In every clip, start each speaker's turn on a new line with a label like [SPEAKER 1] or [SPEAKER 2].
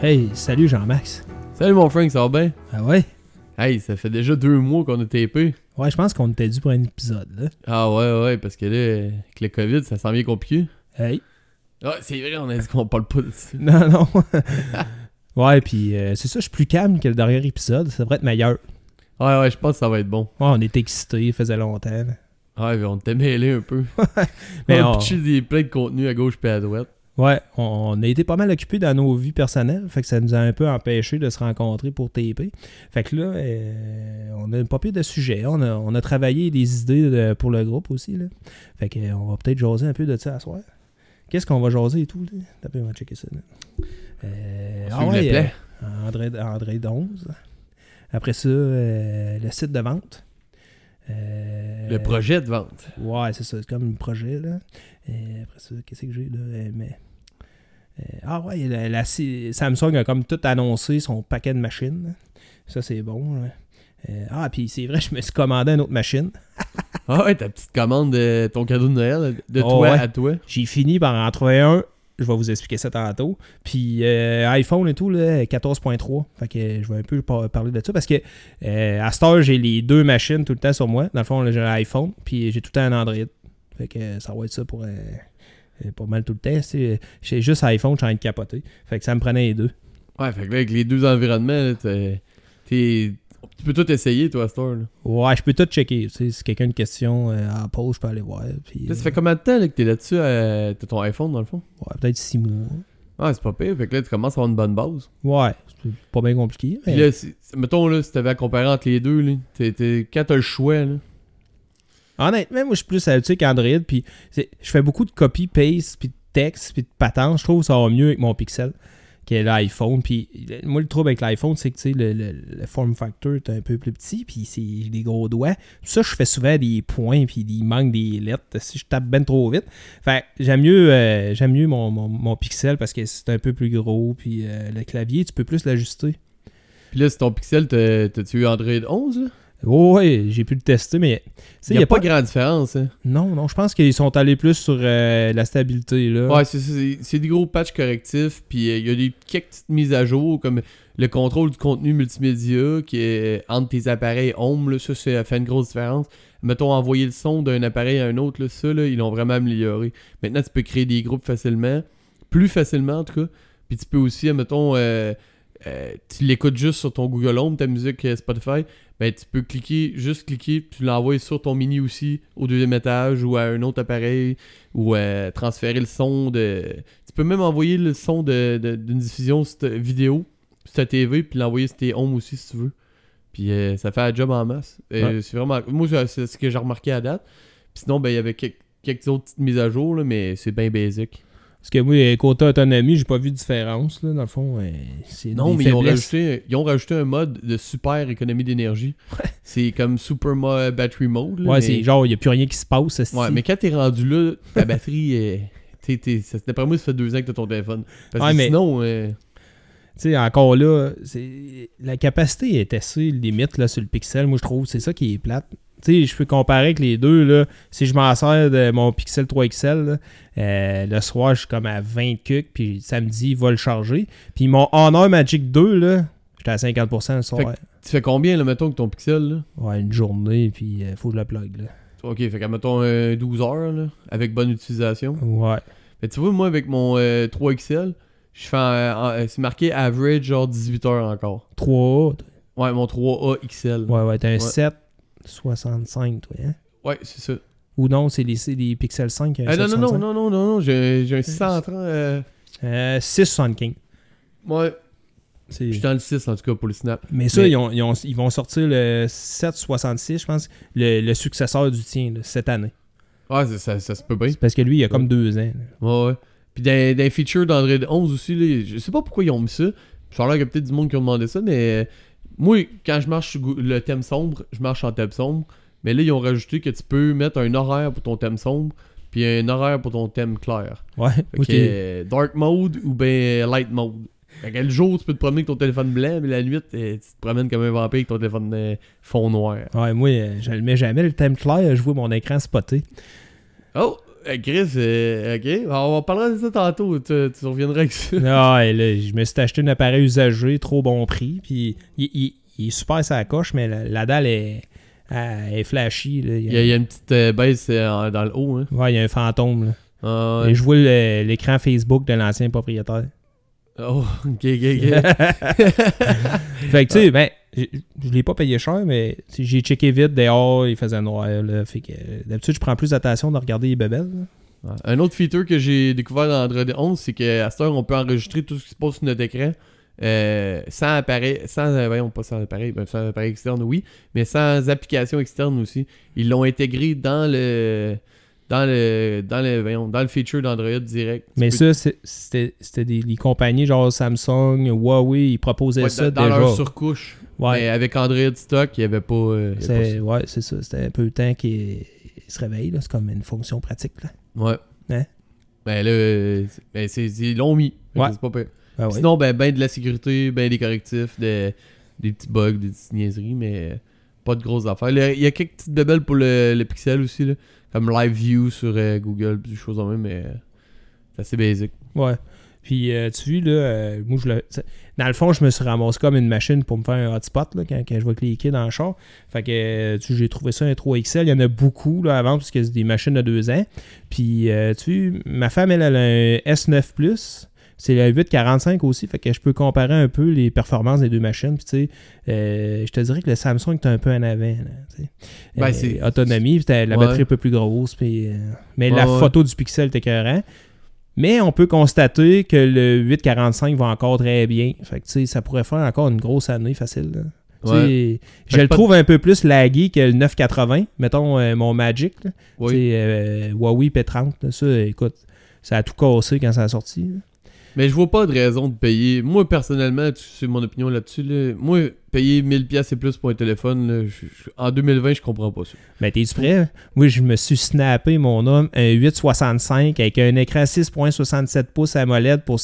[SPEAKER 1] Hey, salut Jean-Max.
[SPEAKER 2] Salut mon Frank, ça va bien?
[SPEAKER 1] Ah ouais?
[SPEAKER 2] Hey, ça fait déjà deux mois qu'on a tapé.
[SPEAKER 1] Ouais, je pense qu'on était dû pour un épisode, là.
[SPEAKER 2] Ah ouais, ouais, parce que là, euh, avec le COVID, ça sent bien compliqué.
[SPEAKER 1] Hey.
[SPEAKER 2] Ouais, c'est vrai, on a dit qu'on parle pas de ça.
[SPEAKER 1] Non, non. ouais, puis euh, c'est ça, je suis plus calme que le dernier épisode. Ça devrait être meilleur.
[SPEAKER 2] Ouais, ouais, je pense que ça va être bon.
[SPEAKER 1] Ouais, on était excités, il faisait longtemps. là.
[SPEAKER 2] Ouais, mais on était mêlés un peu.
[SPEAKER 1] Mais
[SPEAKER 2] on
[SPEAKER 1] on-
[SPEAKER 2] a pitché des plein de contenu à gauche puis à droite.
[SPEAKER 1] Ouais, on, on a été pas mal occupés dans nos vies personnelles. Fait que ça nous a un peu empêché de se rencontrer pour TP. Fait que là, euh, on a pas pire de sujets. On a, on a travaillé des idées de- pour le groupe aussi, là. Fait que, euh, on va peut-être jaser un peu de ça à soir. Qu'est-ce qu'on va jaser et tout, là? Tapez, on va checker ça, là. Euh,
[SPEAKER 2] Suivez
[SPEAKER 1] ah ouais,
[SPEAKER 2] le plan.
[SPEAKER 1] euh, André, André 11. Après ça, euh, le site de vente. Euh,
[SPEAKER 2] Le projet de vente.
[SPEAKER 1] Ouais, c'est ça, c'est comme un projet, là. Et après ça, qu'est-ce que j'ai, là? Euh, Mais... euh, ah ouais, la, la si- Samsung a comme tout annoncé son paquet de machines. Ça, c'est bon. là. Euh, ah, puis c'est vrai, je me suis commandé une autre machine.
[SPEAKER 2] Ah ouais, ta petite commande de ton cadeau de Noël, de
[SPEAKER 1] Oh
[SPEAKER 2] toi
[SPEAKER 1] ouais.
[SPEAKER 2] à toi.
[SPEAKER 1] J'ai fini par en trouver un. Je vais vous expliquer ça tantôt. Puis euh, iPhone et tout, là, 14.3. Fait que euh, je vais un peu par- parler de ça parce que euh, à cette heure, j'ai les deux machines tout le temps sur moi. Dans le fond, là, j'ai un iPhone, puis j'ai tout le temps un Android. Fait que euh, ça va être ça pour euh, euh, pas mal tout le temps. C'est- J'ai juste iPhone, je suis en train de capoter. Fait que ça me prenait les deux.
[SPEAKER 2] Ouais, fait que là, avec les deux environnements, là, t'es- t'es- tu peux tout essayer, toi, à cette heure, là.
[SPEAKER 1] Ouais, je peux tout checker. Tu sais, si quelqu'un a une question euh, en pause, je peux aller voir. Puis,
[SPEAKER 2] Là, ça fait combien de temps là, que t'es là-dessus, euh, t'as ton iPhone, dans le fond?
[SPEAKER 1] euh, ouais, peut-être six mois.
[SPEAKER 2] Ah, c'est pas pire. Fait que là, tu commences à avoir une bonne base.
[SPEAKER 1] Ouais, c'est pas bien compliqué.
[SPEAKER 2] Puis
[SPEAKER 1] mais-
[SPEAKER 2] là, si- si- mettons, là, si t'avais à comparer entre les deux, là, t'es- t'es- quand t'as le choix, là.
[SPEAKER 1] Honnêtement, moi, je suis plus habitué qu'Android. Puis, c'est- je fais beaucoup de copy, paste, puis de texte, puis de patente. Je trouve que ça va mieux avec mon Pixel que l'iPhone. Puis, le- moi, le trouble avec l'iPhone, c'est que, tu sais, le, le- le form factor est un peu plus petit, puis c'est j'ai des gros doigts. Ça, je fais souvent des points, puis il manque des lettres si je tape ben trop vite. Fait que j'aime mieux, euh, j'aime mieux mon, mon- mon Pixel parce que c'est un peu plus gros, puis euh, le clavier, tu peux plus l'ajuster.
[SPEAKER 2] Puis là, si ton pixel, t'as- t'as-tu eu Android 11, là?
[SPEAKER 1] Oh, ouais, j'ai pu le tester, mais, tu sais,
[SPEAKER 2] Il y a, pas grande différence, hein.
[SPEAKER 1] Non, non, je pense qu'ils sont allés plus sur euh, la stabilité, là.
[SPEAKER 2] Ouais, c'est- c'est c'est des gros patchs correctifs, puis euh, il y a des quelques petites mises à jour, comme le contrôle du contenu multimédia qui est entre tes appareils home, là, ça, ça fait une grosse différence. Mettons, envoyer le son d'un appareil à un autre, là, ça, là, ils l'ont vraiment amélioré. Maintenant, tu peux créer des groupes facilement, plus facilement en tout cas, puis tu peux aussi, mettons, euh, euh, tu l'écoutes juste sur ton Google Home, ta musique euh, Spotify, ben tu peux cliquer, juste cliquer, puis tu l'envoies sur ton mini aussi, au deuxième étage, ou à un autre appareil, ou euh, transférer le son de... Tu peux même envoyer le son de- de- d'une diffusion sur ta vidéo, sur ta TV, puis l'envoyer sur tes home aussi, si tu veux. Puis euh, ça fait un job en masse. Euh, C'est vraiment... Moi, c'est c'est ce que j'ai remarqué à date. Puis sinon, ben, il y avait quelques, quelques autres petites mises à jour, là, mais c'est bien basic.
[SPEAKER 1] Parce que moi, euh, côté autonomie, j'ai pas vu de différence, là, dans le fond. euh, c'est
[SPEAKER 2] Non,
[SPEAKER 1] des
[SPEAKER 2] mais ils ont,
[SPEAKER 1] faiblesses.
[SPEAKER 2] rajouté, ils ont rajouté un mode de super économie d'énergie. C'est comme super mo- euh, battery mode. là,
[SPEAKER 1] Ouais,
[SPEAKER 2] mais-
[SPEAKER 1] c'est genre, il a plus rien qui se passe, esti.
[SPEAKER 2] Ouais, mais quand t'es rendu là, ta batterie est. t'es- t'es- ça- D'après moi, ça fait deux ans que t'as ton téléphone. Parce
[SPEAKER 1] Ouais,
[SPEAKER 2] que
[SPEAKER 1] mais-
[SPEAKER 2] sinon, euh,
[SPEAKER 1] Tu sais, encore là, c'est- la capacité est assez limite, là, sur le Pixel, moi, je trouve. C'est ça qui est plate. Tu sais, je peux comparer avec les deux, là. Si je m'en sers de mon Pixel 3 XL, là, euh, le soir, je suis comme à 20 cucs, puis samedi, il va le charger. Puis mon Honor Magic 2, là, j'étais à 50% le
[SPEAKER 2] Fait
[SPEAKER 1] soir.
[SPEAKER 2] tu fais combien, là, mettons, que ton pixel, là
[SPEAKER 1] Ouais, une journée, puis euh, faut que je la plug, là.
[SPEAKER 2] Ok, fait qu'à mettons euh, 12 heures, là, avec bonne utilisation.
[SPEAKER 1] Ouais.
[SPEAKER 2] Mais tu vois, moi, avec mon euh, 3XL, je fais. en- en- euh, C'est marqué average, genre 18 heures encore.
[SPEAKER 1] 3
[SPEAKER 2] Ouais, mon 3A XL. Ouais,
[SPEAKER 1] Ouais, ouais, t'as un
[SPEAKER 2] Ouais.
[SPEAKER 1] 7, 65, toi, hein?
[SPEAKER 2] c'est ça.
[SPEAKER 1] Ou non, c'est les, c'est les Pixel euh, 5.
[SPEAKER 2] Ah, non, non, non, non, non, non, non, j'ai j'ai un 630. euh,
[SPEAKER 1] Euh, 675.
[SPEAKER 2] Ouais,
[SPEAKER 1] C'est-
[SPEAKER 2] je suis dans le 6 en tout cas pour le snap.
[SPEAKER 1] Mais ça,
[SPEAKER 2] Mais-
[SPEAKER 1] Ils, ont- ils ont- ils vont sortir le 766, je pense, le, le successeur du tien, là, cette année.
[SPEAKER 2] Ouais, ça, ça, ça se peut bien.
[SPEAKER 1] C'est Parce que lui, il a comme deux ans. là.
[SPEAKER 2] Ouais, ouais. Puis dans, dans les features d'Android 11 aussi, là, je sais pas pourquoi ils ont mis ça. Je l'air qu'il y a peut-être du monde qui a demandé ça, mais euh, moi, quand je marche sur Gou- le thème sombre, je marche en thème sombre. Mais là, ils ont rajouté que tu peux mettre un horaire pour ton thème sombre, puis un horaire pour ton thème clair.
[SPEAKER 1] Ouais,
[SPEAKER 2] Fait
[SPEAKER 1] ok.
[SPEAKER 2] que, euh, dark mode ou ben euh, light mode. Fait que le jour, tu peux te promener avec ton téléphone blanc, mais la nuit, euh, tu te promènes comme un vampire avec ton téléphone euh, fond noir.
[SPEAKER 1] Ouais, moi, euh, je le mets jamais, le thème clair, je vois mon écran spoté.
[SPEAKER 2] Oh! Euh, Chris, euh, ok, on en parlera de ça tantôt, tu, tu reviendras avec ça.
[SPEAKER 1] Ah, et là, je me suis acheté un appareil usagé, trop bon prix. Puis il, il- il est super sa coche, mais la, la dalle est, elle est flashy. là. Il y
[SPEAKER 2] Il y,
[SPEAKER 1] a,
[SPEAKER 2] a, il y a une petite euh, baisse euh, en- dans le haut. Hein.
[SPEAKER 1] Ouais, il y a un fantôme. là.
[SPEAKER 2] Ah,
[SPEAKER 1] Et je vois le- l'écran Facebook de l'ancien propriétaire.
[SPEAKER 2] Oh, ok, ok, Ah. ok.
[SPEAKER 1] fait que tu sais, ben, je je l'ai pas payé cher, mais tu sais, j'ai checké vite dehors, il faisait noir. là. fait que euh, d'habitude, je prends plus attention de regarder les bébelles. là.
[SPEAKER 2] Ouais. Un autre feature que j'ai découvert dans Android 11, c'est qu'à cette heure, on peut enregistrer tout ce qui se passe sur notre écran euh, sans appareil, sans, euh, voyons, pas sans appareil, ben, sans appareil externe, oui, mais sans application externe aussi. Ils l'ont intégré dans le, dans le, dans le, voyons, dans le feature d'Android direct. Tu
[SPEAKER 1] Mais
[SPEAKER 2] peux-
[SPEAKER 1] ça, c'est- c'était c'était des les compagnies genre Samsung, Huawei, ils proposaient
[SPEAKER 2] ouais,
[SPEAKER 1] ça
[SPEAKER 2] dans, dans
[SPEAKER 1] déjà.
[SPEAKER 2] leur surcouche.
[SPEAKER 1] Ouais.
[SPEAKER 2] Mais avec Android Stock, il n'y avait pas. euh, il y avait
[SPEAKER 1] C'est ouais, c'est ça. C'était un peu le temps qu'il il se réveille. là. C'est comme une fonction pratique. Là.
[SPEAKER 2] pas ça. Ouais.
[SPEAKER 1] Hein?
[SPEAKER 2] Ben là, euh, c'est- ben, c'est- ils l'ont mis. Fait que
[SPEAKER 1] Ouais.
[SPEAKER 2] c'est pas pire.
[SPEAKER 1] Ben oui.
[SPEAKER 2] Sinon, ben, ben de la sécurité, ben des correctifs, des, des petits bugs, des petites niaiseries, mais euh, pas de grosses affaires. Le- Il y a quelques petites bébelles pour le, le Pixel aussi, là, comme Live View sur euh, Google, pis des choses en même, mais euh, c'est assez basic.
[SPEAKER 1] Ouais. Puis euh, tu vois, là, euh, moi, je le- ça- dans le fond, je me suis ramassé comme une machine pour me faire un hotspot là, quand, quand je vois que les kids en char. Fait que euh, tu sais, j'ai trouvé ça un 3XL. Il y en a beaucoup là, avant, parce que c'est des machines de 2 ans. Puis euh, tu vois, ma femme, elle, elle a un S9 Plus. C'est la 845 aussi, fait que je peux comparer un peu les performances des deux machines. Puis, tu sais, euh, je te dirais que le Samsung est un peu en avant. là, tu sais.
[SPEAKER 2] Ben,
[SPEAKER 1] Euh,
[SPEAKER 2] c'est-
[SPEAKER 1] autonomie, puis t'as la
[SPEAKER 2] Ouais.
[SPEAKER 1] batterie est un peu plus grosse. Puis, euh, mais la
[SPEAKER 2] Ouais, ouais.
[SPEAKER 1] photo du pixel est écœurant. Mais on peut constater que le 845 va encore très bien. Fait que, tu sais, ça pourrait faire encore une grosse année facile. là. Tu sais,
[SPEAKER 2] Ouais.
[SPEAKER 1] Je
[SPEAKER 2] que
[SPEAKER 1] le
[SPEAKER 2] pas de-
[SPEAKER 1] trouve un peu plus laggy que le 980. Mettons euh, mon Magic. là.
[SPEAKER 2] Oui.
[SPEAKER 1] Tu sais, euh, Huawei P30. là, ça, écoute, ça a tout cassé quand ça a sorti. là.
[SPEAKER 2] Mais je vois pas de raison de payer. Moi, personnellement, tu- c'est mon opinion là-dessus. là. Moi, payer 1000$ piastres et plus pour un téléphone, là, je- je- en 2020, je comprends pas ça.
[SPEAKER 1] Ben, t'es-tu prêt? Oui, je me suis snappé, mon homme, un 865 avec un écran 6.67 pouces AMOLED pour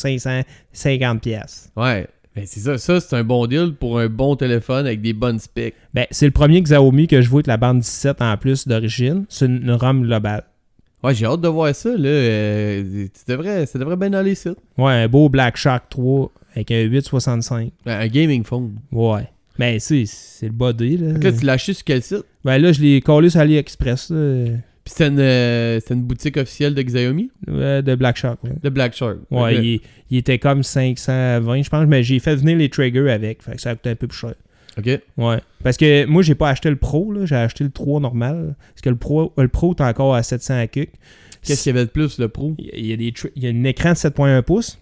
[SPEAKER 1] 550$. piastres.
[SPEAKER 2] Ouais. Ben, c'est ça. Ça, c'est un bon deal pour un bon téléphone avec des bonnes specs.
[SPEAKER 1] Ben, c'est le premier Xiaomi que je vois avec la bande 17 en plus d'origine. C'est une, une ROM globale.
[SPEAKER 2] Ouais, j'ai hâte de voir ça, là. Euh, tu devrais, ça devrait bien aller, ça.
[SPEAKER 1] Ouais, un beau Black Shark 3 avec un 865.
[SPEAKER 2] Ben, Un gaming phone.
[SPEAKER 1] Ouais. Ben, c'est, c'est le body, là.
[SPEAKER 2] Fait que Là, tu l'as acheté sur quel site?
[SPEAKER 1] Ben là, je l'ai collé sur AliExpress, là,
[SPEAKER 2] Puis c'était une, euh, c'était une boutique officielle de Xiaomi,
[SPEAKER 1] euh, de Black Shark. là.
[SPEAKER 2] de Black Shark.
[SPEAKER 1] Ouais,
[SPEAKER 2] Fait que-
[SPEAKER 1] il, il était comme 520, je pense, mais j'ai fait venir les triggers avec. Fait que ça a coûté un peu plus cher.
[SPEAKER 2] Ok.
[SPEAKER 1] Ouais. Parce que moi, j'ai pas acheté le Pro, là. J'ai acheté le 3 normal. Parce que le Pro, le Pro est encore à 700 à cuc.
[SPEAKER 2] Qu'est-ce qu'il y avait de plus, le Pro?
[SPEAKER 1] Il y a- il y a des tri- il y a un écran de 7.1 pouces.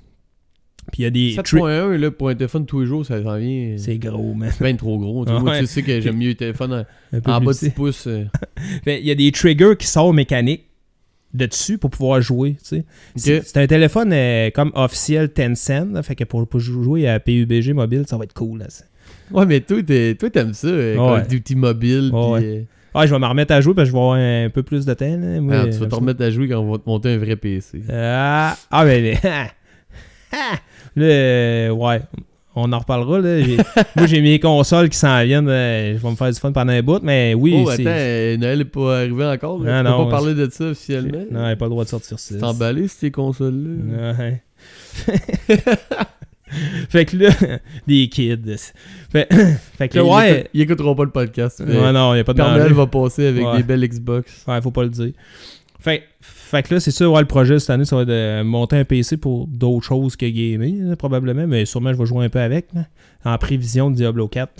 [SPEAKER 1] Puis il y a des tri-
[SPEAKER 2] 7.1, là, pour un téléphone tous les jours, ça s'en vient. C'est
[SPEAKER 1] C'est gros, man.
[SPEAKER 2] bien trop gros. Tu, vois,
[SPEAKER 1] Ouais.
[SPEAKER 2] tu sais que j'aime mieux les téléphones en,
[SPEAKER 1] Un peu
[SPEAKER 2] en
[SPEAKER 1] plus
[SPEAKER 2] bas de
[SPEAKER 1] petit.
[SPEAKER 2] 10 pouces. euh.
[SPEAKER 1] Mais il y a des triggers qui sortent mécaniques de dessus pour pouvoir jouer, tu sais. C'est- C'est un téléphone euh, comme officiel Tencent, là, fait que pour, pour jouer à PUBG mobile, ça va être cool. là.
[SPEAKER 2] Ouais, mais toi, t'es- toi, t'aimes ça. euh, Call
[SPEAKER 1] Ouais.
[SPEAKER 2] of Duty mobile.
[SPEAKER 1] Ouais,
[SPEAKER 2] puis, euh,
[SPEAKER 1] Ah, je vais me remettre à jouer parce que je vais avoir un peu plus de temps. là. Moi,
[SPEAKER 2] alors, Ah, tu vas
[SPEAKER 1] j'aime
[SPEAKER 2] te
[SPEAKER 1] ça.
[SPEAKER 2] remettre à jouer quand on va te monter un vrai PC.
[SPEAKER 1] Ah, ah ben, ah, ah, là, euh, ouais, on en reparlera. Là. J'ai- moi, j'ai mes consoles qui s'en viennent. euh, je vais me faire du fun pendant un bout, mais oui,
[SPEAKER 2] oh,
[SPEAKER 1] c'est-
[SPEAKER 2] attends, euh, Noël est pas arrivé encore. là.
[SPEAKER 1] Ah,
[SPEAKER 2] tu peux
[SPEAKER 1] non,
[SPEAKER 2] pas parler de ça officiellement.
[SPEAKER 1] Non, j'ai pas le droit de sortir ça.
[SPEAKER 2] T'es emballé, ces consoles-là.
[SPEAKER 1] Ouais. fait que là, des kids. Fait, fait que là,
[SPEAKER 2] Ils
[SPEAKER 1] ouais.
[SPEAKER 2] écoutent- Ils écouteront pas le podcast. mais-
[SPEAKER 1] Ouais, non, y a pas de
[SPEAKER 2] Père
[SPEAKER 1] danger.
[SPEAKER 2] Noël va passer avec
[SPEAKER 1] Ouais.
[SPEAKER 2] des belles Xbox.
[SPEAKER 1] Ouais, faut pas le dire. Fait, fait que là, c'est sûr, ouais, le projet cette année, ça va être de monter un PC pour d'autres choses que gamer, là, probablement, mais sûrement je vais jouer un peu avec, là, en prévision de Diablo 4.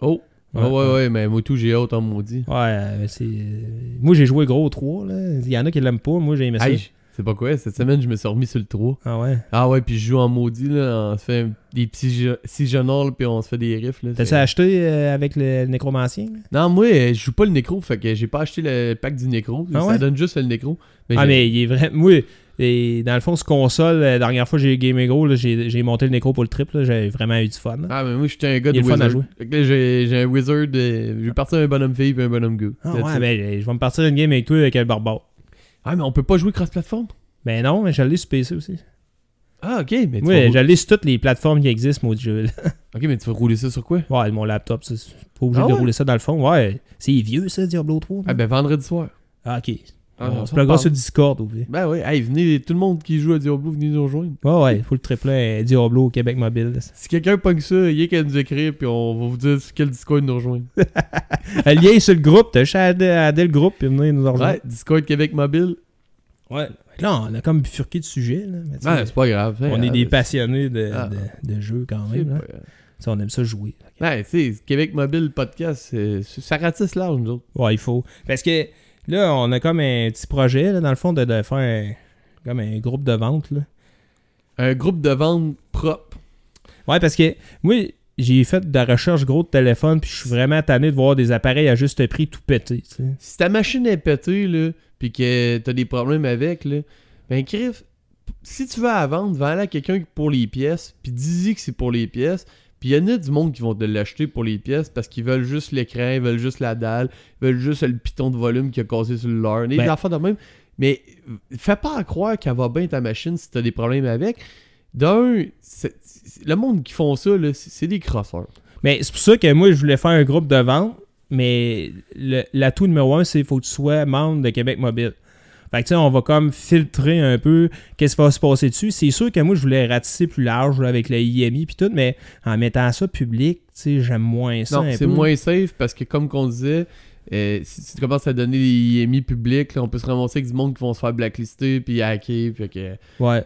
[SPEAKER 2] Oh! Ouais, ouais, ouais, mais Motu, j'ai hâte, on maudit.
[SPEAKER 1] Ouais, euh, c'est. euh, Moi, j'ai joué gros au 3, là. Il y en a qui l'aiment pas, moi, j'ai aimé ça.
[SPEAKER 2] Aïe! C'est pas quoi, cette semaine, je me suis remis sur le 3.
[SPEAKER 1] Ah ouais.
[SPEAKER 2] Ah ouais, puis je joue en maudit, là. On se fait des petits jeux- six journaux, puis on se fait des riffs, là.
[SPEAKER 1] T'as-tu
[SPEAKER 2] C'est-
[SPEAKER 1] acheté euh, avec le, le nécromancien? là?
[SPEAKER 2] Non, moi, euh, je joue pas le Necro, fait que j'ai pas acheté le pack du Necro.
[SPEAKER 1] Ah
[SPEAKER 2] ça
[SPEAKER 1] ouais?
[SPEAKER 2] donne juste le Necro. Mais
[SPEAKER 1] Ah,
[SPEAKER 2] j'ai-
[SPEAKER 1] mais il est vrai. Moi, et dans le fond, ce console, la dernière fois que j'ai gamé gros, là, j'ai j'ai monté le nécro pour le trip, là, j'ai vraiment eu du fun. là.
[SPEAKER 2] Ah, mais moi, j'étais un gars
[SPEAKER 1] Il
[SPEAKER 2] de
[SPEAKER 1] est le fun à
[SPEAKER 2] Wizard.
[SPEAKER 1] jouer.
[SPEAKER 2] Fait que là, j'ai j'ai un Wizard. euh, J'ai parti un bonhomme fille, puis un bonhomme gars.
[SPEAKER 1] Ah,
[SPEAKER 2] That's
[SPEAKER 1] ouais,
[SPEAKER 2] it.
[SPEAKER 1] ben, je vais me partir une game avec toi avec le barbare.
[SPEAKER 2] Ah, mais on peut pas jouer cross-platform?
[SPEAKER 1] Ben non, mais je l'ai sur PC aussi.
[SPEAKER 2] Ah, ok, mais tu vas
[SPEAKER 1] Oui,
[SPEAKER 2] rou-
[SPEAKER 1] j'allais sur toutes les plateformes qui existent, mon jeu. là.
[SPEAKER 2] Ok, mais tu vas rouler ça sur quoi?
[SPEAKER 1] Ouais, mon laptop, ça, c'est pas obligé
[SPEAKER 2] Ah
[SPEAKER 1] de
[SPEAKER 2] ouais?
[SPEAKER 1] rouler ça dans le fond. Ouais, c'est vieux ça, Diablo 3.
[SPEAKER 2] Ah, ben vendredi Ah, ben, soir.
[SPEAKER 1] ok.
[SPEAKER 2] Ah,
[SPEAKER 1] on
[SPEAKER 2] on
[SPEAKER 1] se
[SPEAKER 2] s'en
[SPEAKER 1] plugera
[SPEAKER 2] parle.
[SPEAKER 1] sur Discord, oui.
[SPEAKER 2] Ben oui, hey, venez, tout le monde qui joue à Diablo, venez nous rejoindre.
[SPEAKER 1] Ouais, ouais, faut le tripler à euh, Diablo au Québec mobile.
[SPEAKER 2] Si quelqu'un pogne ça, il y a qu'à nous écrire, puis on va vous dire sur quel Discord nous rejoindre.
[SPEAKER 1] Le Euh, lien est sur le groupe, t'as juste à adder- à adder le groupe, puis venez nous rejoindre.
[SPEAKER 2] Ouais, Discord Québec Mobile.
[SPEAKER 1] Ouais. Là, on a comme bifurqué de sujet. Là, mais tu
[SPEAKER 2] Ouais,
[SPEAKER 1] sais,
[SPEAKER 2] c'est pas grave. hein,
[SPEAKER 1] on est
[SPEAKER 2] hein,
[SPEAKER 1] des
[SPEAKER 2] c'est-
[SPEAKER 1] passionnés de,
[SPEAKER 2] Ah.
[SPEAKER 1] de, de jeux quand
[SPEAKER 2] c'est
[SPEAKER 1] même. là.
[SPEAKER 2] pas grave.
[SPEAKER 1] Tu sais, on aime ça jouer.
[SPEAKER 2] hein. Ouais, tu sais, Québec Mobile Podcast, c'est- c'est- ça ratisse large, nous autres.
[SPEAKER 1] Ouais, il faut. Parce que là, on a comme un petit projet, là, dans le fond, de, de faire un- comme un groupe de vente. Là.
[SPEAKER 2] Un groupe de vente propre.
[SPEAKER 1] Ouais, parce que moi, j'ai fait de la recherche gros de téléphone, puis je suis vraiment tanné de voir des appareils à juste prix tout pété. tu sais.
[SPEAKER 2] Si ta machine est pétée, là, puis que t'as des problèmes avec, là, ben, Criff, si tu veux la vendre, vends-la à quelqu'un pour les pièces, puis dis-y que c'est pour les pièces. Puis il y en a du monde qui vont te l'acheter pour les pièces parce qu'ils veulent juste l'écran, ils veulent juste la dalle, ils veulent juste le piton de volume qui a cassé sur le leur. Des
[SPEAKER 1] Ben-
[SPEAKER 2] affaires de même. Mais euh, fais pas à croire qu'elle va bien ta machine si t'as des problèmes avec. D'un, c'est- c'est- le monde qui font ça, là, c'est c'est des crosseurs.
[SPEAKER 1] Mais c'est pour ça que moi, je voulais faire un groupe de vente, mais le- l'atout numéro un, c'est faut que tu sois membre de Québec Mobile. Fait que tu sais, on va comme filtrer un peu qu'est-ce qui va se passer dessus. C'est sûr que moi, je voulais ratisser plus large là, avec le IMI puis tout, mais en mettant ça public, tu sais, j'aime moins ça
[SPEAKER 2] Non,
[SPEAKER 1] un
[SPEAKER 2] c'est
[SPEAKER 1] peu.
[SPEAKER 2] moins safe parce que, comme qu'on disait, euh, si tu commences à donner des IMI publics, là, on peut se ramasser avec du monde qui vont se faire blacklister puis hacker. Puis que...
[SPEAKER 1] Ouais.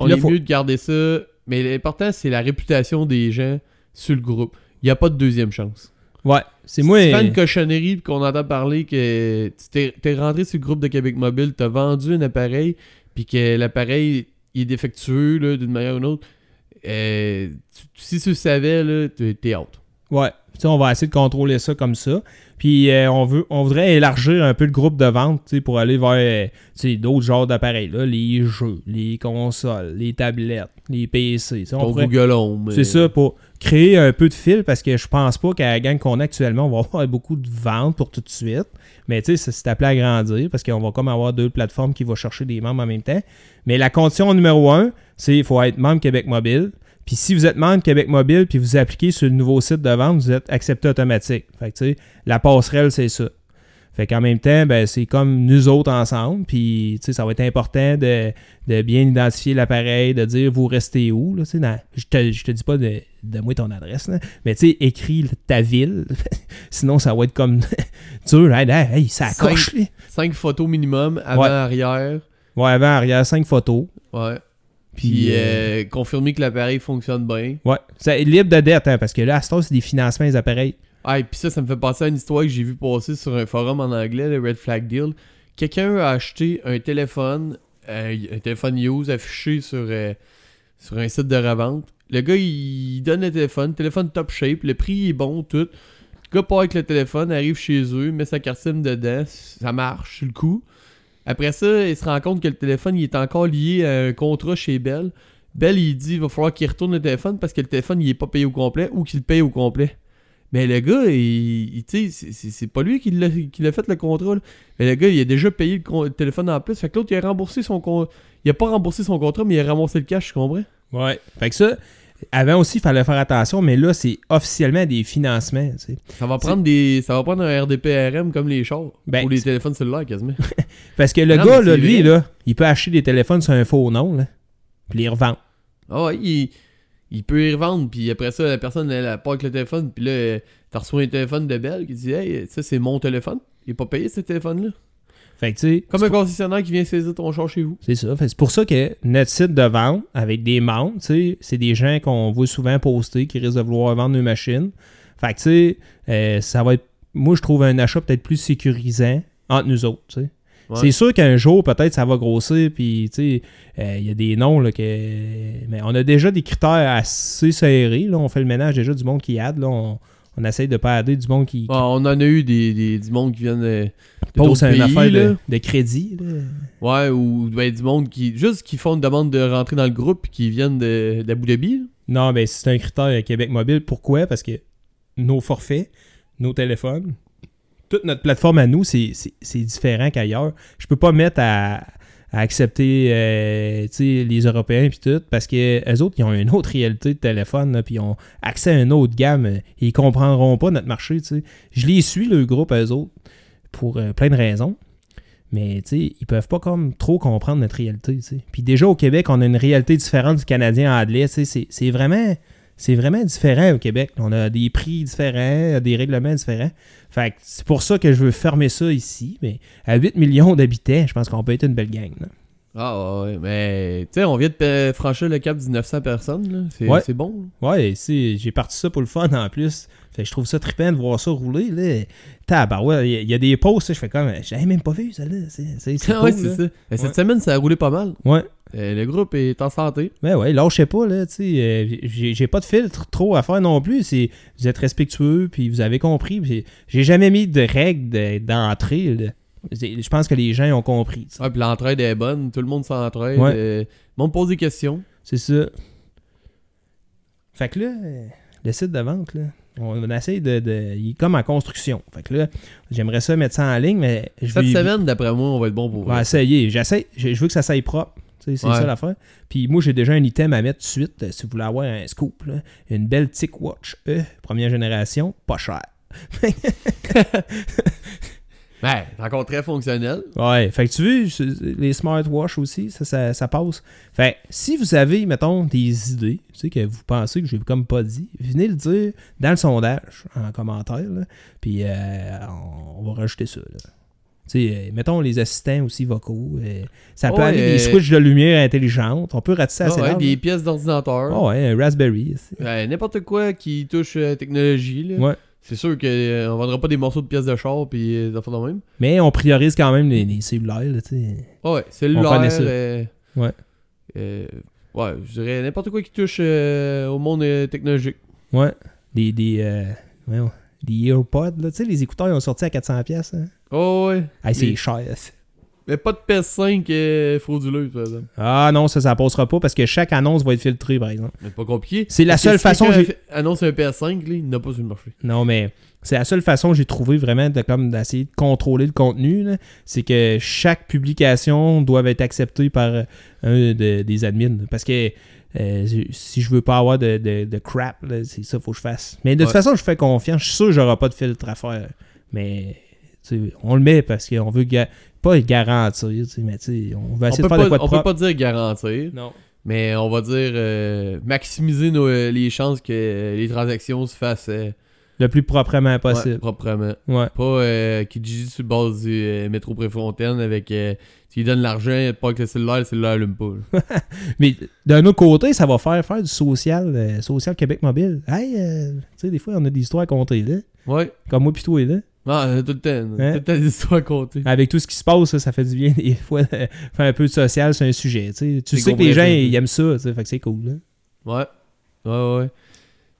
[SPEAKER 2] On
[SPEAKER 1] Puis là,
[SPEAKER 2] est
[SPEAKER 1] faut-
[SPEAKER 2] mieux de garder ça. Mais l'important, c'est la réputation des gens sur le groupe. Il n'y a pas de deuxième chance.
[SPEAKER 1] Ouais. C'est
[SPEAKER 2] si
[SPEAKER 1] moi.
[SPEAKER 2] tu fais une cochonnerie puis qu'on entend parler que tu t'es, t'es rentré sur le groupe de Québec Mobile, t'as vendu un appareil, puis que l'appareil il est défectueux là, d'une manière ou d'une autre, euh, tu- si tu le savais, là, t'es, t'es out.
[SPEAKER 1] Ouais. Tu sais, on va essayer de contrôler ça comme ça. Puis euh, on veut, on voudrait élargir un peu le groupe de vente tu sais, pour aller vers euh, tu sais, d'autres genres d'appareils, là, les jeux, les consoles, les tablettes, les PC. tu sais, on
[SPEAKER 2] Ton
[SPEAKER 1] pourrait-
[SPEAKER 2] Google Home.
[SPEAKER 1] C'est
[SPEAKER 2] euh,
[SPEAKER 1] ça, pour créer un peu de fil, parce que je pense pas qu'à la gang qu'on a actuellement, on va avoir beaucoup de ventes pour tout de suite. Mais tu sais, ça s'est appelé à grandir, parce qu'on va comme avoir deux plateformes qui vont chercher des membres en même temps. Mais la condition numéro un, c'est qu'il faut être membre Québec Mobile. Puis si vous êtes membre Québec Mobile, puis vous appliquez sur le nouveau site de vente, vous êtes accepté automatique. Fait que tu sais, la passerelle, c'est ça. Fait qu'en même temps, ben, c'est comme nous autres ensemble. Puis, tu sais, ça va être important de, de bien identifier l'appareil, de dire vous restez où. Là, tu sais, dans- je, te, je te dis pas de, de moi ton adresse, là, mais tu sais, écris ta ville. Sinon, ça va être comme dur. Hey, hey, hey, ça
[SPEAKER 2] Cinq-
[SPEAKER 1] coche. là.
[SPEAKER 2] 5 photos minimum, avant,
[SPEAKER 1] Ouais.
[SPEAKER 2] arrière.
[SPEAKER 1] Ouais, avant, arrière, cinq photos.
[SPEAKER 2] Ouais.
[SPEAKER 1] Puis,
[SPEAKER 2] Puis
[SPEAKER 1] euh,
[SPEAKER 2] euh, confirmer que l'appareil fonctionne bien.
[SPEAKER 1] ouais, c'est libre de dette, hein, parce que là, à ce temps, c'est des financements des appareils.
[SPEAKER 2] Ah, et puis ça, ça me fait penser à une histoire que j'ai vue passer sur un forum en anglais, le Red Flag Deal. Quelqu'un a acheté un téléphone, euh, un téléphone use affiché sur, euh, sur un site de revente. Le gars, il donne le téléphone, téléphone top shape, le prix est bon, tout. Le gars part avec le téléphone, arrive chez eux, met sa carte SIM dedans, ça marche, sur le coup. Après ça, il se rend compte que le téléphone, il est encore lié à un contrat chez Bell. Bell, il dit, il va falloir qu'il retourne le téléphone parce que le téléphone, il est pas payé au complet ou qu'il le paye au complet. Mais le gars, il, il- tu sais, c'est- c'est c'est pas lui qui l'a qui l'a fait le contrat. là. Mais le gars, il a déjà payé le, con- le téléphone en plus. Fait que l'autre, il a remboursé son con- Il a pas remboursé son contrat, mais il a remboursé le cash, tu comprends?
[SPEAKER 1] Ouais. Fait que ça, avant aussi, il fallait faire attention, mais là, c'est officiellement des financements. tu sais.
[SPEAKER 2] Ça va prendre des. Ça va prendre un RDPRM comme les chars.
[SPEAKER 1] Ben,
[SPEAKER 2] ou les
[SPEAKER 1] c'est-
[SPEAKER 2] téléphones cellulaires quasiment.
[SPEAKER 1] Parce que le
[SPEAKER 2] Non,
[SPEAKER 1] gars,
[SPEAKER 2] mais
[SPEAKER 1] là,
[SPEAKER 2] c'est
[SPEAKER 1] lui,
[SPEAKER 2] vrai.
[SPEAKER 1] là, il peut acheter des téléphones sur un faux nom, là, puis les revendre.
[SPEAKER 2] Ah ouais, il, il peut y revendre, puis après ça, la personne, elle, elle part avec le téléphone, puis là, euh, t'as reçu un téléphone de Bell qui dit Hey, ça, c'est mon téléphone. Il est pas payé, ce téléphone-là.
[SPEAKER 1] Fait que, tu sais,
[SPEAKER 2] Comme un concessionnaire qui vient saisir ton char chez vous.
[SPEAKER 1] c'est ça. Fait que c'est pour ça que notre site de vente, avec des membres, tu sais, c'est des gens qu'on voit souvent poster qui risquent de vouloir vendre nos machines. Fait que, tu sais, euh, ça va être, moi, je trouve un achat peut-être plus sécurisant entre nous autres, tu sais.
[SPEAKER 2] Ouais.
[SPEAKER 1] C'est sûr qu'un jour, peut-être, ça va grossir, puis, tu sais, euh, il y a des noms, là, que... Mais on a déjà des critères assez serrés, là. On fait le ménage déjà du monde qui aide, là. On, on essaye de pas aider du monde qui,
[SPEAKER 2] Ouais, Ah, on en a eu des, des- du monde qui viennent euh, de
[SPEAKER 1] pose
[SPEAKER 2] d'autres
[SPEAKER 1] une
[SPEAKER 2] pays,
[SPEAKER 1] affaire
[SPEAKER 2] là.
[SPEAKER 1] de, de crédit. là.
[SPEAKER 2] Ouais, ou ben, du monde qui. Juste qui font une demande de rentrer dans le groupe puis qui viennent de- d'Abu Dhabi. là.
[SPEAKER 1] Non, mais c'est un critère euh, Québec Mobile. Pourquoi? Parce que nos forfaits, nos téléphones, toute notre plateforme à nous, c'est c'est- c'est différent qu'ailleurs. Je peux pas mettre à, à accepter euh, tu sais, les Européens puis tout, parce que les autres, ils ont une autre réalité de téléphone, là, puis ils ont accès à une autre gamme. euh, Ils comprendront pas notre marché. tu sais. Je les suis, le groupe, eux autres, pour euh, plein de raisons. Mais tu sais, ils peuvent pas comme trop comprendre notre réalité. tu sais. Puis déjà au Québec, on a une réalité différente du Canadien anglais. tu sais, C'est c'est vraiment, c'est vraiment différent au Québec. On a des prix différents, des règlements différents. Fait que c'est pour ça que je veux fermer ça ici. Mais à 8 millions d'habitants, je pense qu'on peut être une belle gang. là.
[SPEAKER 2] Ah ouais, mais tu sais, on vient de euh, franchir le cap du 900 personnes, là. C'est
[SPEAKER 1] Ouais.
[SPEAKER 2] c'est bon. là.
[SPEAKER 1] Ouais, c'est- j'ai parti ça pour le fun en plus. Fait que je trouve ça trippant de voir ça rouler. Là. Tabarouette, il y a- il y, a des posts, là, je fais comme, j'avais même pas vu ça là. C'est c'est- c'est
[SPEAKER 2] Ah ouais,
[SPEAKER 1] cool,
[SPEAKER 2] c'est
[SPEAKER 1] là.
[SPEAKER 2] ça. Mais Cette semaine, ça a roulé pas mal.
[SPEAKER 1] Ouais.
[SPEAKER 2] Euh, le groupe est en santé.
[SPEAKER 1] Ben ouais, lâchez pas, là, tu sais, euh, j'ai j'ai pas de filtre trop à faire non plus. C'est- Vous êtes respectueux, puis vous avez compris. puis J'ai jamais mis de règles de- d'entrée, là. C'est- Je pense que les gens ont compris, tu sais.
[SPEAKER 2] Ouais, puis l'entraide est bonne, tout le monde s'entraide.
[SPEAKER 1] Ouais.
[SPEAKER 2] euh, le monde pose des questions.
[SPEAKER 1] C'est ça. Fait que là, euh, le site de vente, là, on on essaie de, de- Il est comme en construction. Fait que là, j'aimerais ça mettre ça en ligne, mais je
[SPEAKER 2] Cette
[SPEAKER 1] vais-
[SPEAKER 2] semaine, d'après moi, on va être bon pour
[SPEAKER 1] On va essayer. J'essaie. Je, je veux que ça s'aille propre. Tu sais, C'est
[SPEAKER 2] Ouais.
[SPEAKER 1] ça l'affaire. Puis moi, j'ai déjà un item à mettre tout de suite. euh, si vous voulez avoir un scoop, là. une belle Tic Watch E, première génération, pas cher.
[SPEAKER 2] Ouais, c'est encore très fonctionnel.
[SPEAKER 1] Ouais, fait que tu veux, c'est- les smartwatches aussi, ça, ça, ça passe. Fait que si vous avez, mettons, des idées, tu sais, que vous pensez que j'ai comme pas dit, venez le dire dans le sondage, en commentaire, là, puis euh, on, on va rajouter ça, là. Tu sais, euh, mettons les assistants aussi vocaux. euh, ça peut
[SPEAKER 2] Ouais,
[SPEAKER 1] aller
[SPEAKER 2] euh,
[SPEAKER 1] des switches de lumière intelligentes. On peut ratisser
[SPEAKER 2] Ah
[SPEAKER 1] assez
[SPEAKER 2] ouais,
[SPEAKER 1] large,
[SPEAKER 2] des
[SPEAKER 1] là.
[SPEAKER 2] pièces d'ordinateur.
[SPEAKER 1] Ah ouais, un Raspberry. c'est-
[SPEAKER 2] Ouais, N'importe quoi qui touche à la technologie. là.
[SPEAKER 1] Ouais.
[SPEAKER 2] C'est sûr qu'on on vendra pas des morceaux de pièces de char puis euh, des affaires de même.
[SPEAKER 1] Mais on priorise quand même les, les cellulaires, là, tu sais.
[SPEAKER 2] Ah ouais, cellulaire.
[SPEAKER 1] On connaît ça.
[SPEAKER 2] euh,
[SPEAKER 1] Ouais.
[SPEAKER 2] euh, ouais, je dirais n'importe quoi qui touche euh, au monde euh, technologique.
[SPEAKER 1] Ouais. Des, des, euh, voyons, des AirPods, là. Tu sais, les écouteurs, ils ont sorti à 400$. pièces
[SPEAKER 2] Oh ouais.
[SPEAKER 1] Hey, c'est
[SPEAKER 2] Mais-
[SPEAKER 1] cher.
[SPEAKER 2] Mais pas de PS5 euh, frauduleuse, par exemple.
[SPEAKER 1] Ah non, ça, ça passera pas parce que chaque annonce va être filtrée, par exemple.
[SPEAKER 2] Mais pas compliqué.
[SPEAKER 1] C'est la
[SPEAKER 2] Parce que
[SPEAKER 1] seule
[SPEAKER 2] si
[SPEAKER 1] façon
[SPEAKER 2] quelqu'un
[SPEAKER 1] j'ai-
[SPEAKER 2] fait- annonce un PS5, là, il n'a pas sur le marché.
[SPEAKER 1] Non, mais c'est la seule façon que j'ai trouvé vraiment de comme d'essayer de contrôler le contenu. là. C'est que chaque publication doit être acceptée par euh, un de- des admins. Parce que euh, si je veux pas avoir de, de- de crap, là, c'est ça faut que je fasse. Mais de
[SPEAKER 2] Ouais.
[SPEAKER 1] toute façon, je fais confiance. Je suis sûr que j'aurai pas de filtre à faire. Mais tu sais, on le met parce qu'on veut ga- pas le garantir. tu sais, Mais tu sais, on va
[SPEAKER 2] On,
[SPEAKER 1] essayer
[SPEAKER 2] peut
[SPEAKER 1] Ben, de faire
[SPEAKER 2] pas,
[SPEAKER 1] de quoi de
[SPEAKER 2] on peut
[SPEAKER 1] propre.
[SPEAKER 2] pas dire garantir,
[SPEAKER 1] Non.
[SPEAKER 2] mais on va dire euh, maximiser nos, euh, les chances que euh, les transactions se fassent euh,
[SPEAKER 1] Le plus proprement
[SPEAKER 2] ouais,
[SPEAKER 1] possible.
[SPEAKER 2] proprement.
[SPEAKER 1] ouais.
[SPEAKER 2] Pas euh, Kijiji sur le bord du euh, métro Préfontaine avec. Euh, s'il donne l'argent, pas que le cellulaire, le cellulaire allume pas. là.
[SPEAKER 1] Mais d'un autre côté, ça va faire faire du social, euh, social Québec mobile. Hey, euh, tu sais, des fois, on a des histoires à compter là.
[SPEAKER 2] Ouais.
[SPEAKER 1] Comme moi, pis toi, là.
[SPEAKER 2] Ah, euh, tout le temps.
[SPEAKER 1] Hein?
[SPEAKER 2] Tout le temps des histoires à compter.
[SPEAKER 1] Avec tout ce qui se passe, ça, ça fait du bien, des fois, de faire un peu de social sur un sujet. tu sais. Tu
[SPEAKER 2] C'est
[SPEAKER 1] sais que les gens,
[SPEAKER 2] compréhensible.
[SPEAKER 1] ils aiment ça, tu sais, fait que c'est cool. là.
[SPEAKER 2] Ouais. Ouais, ouais.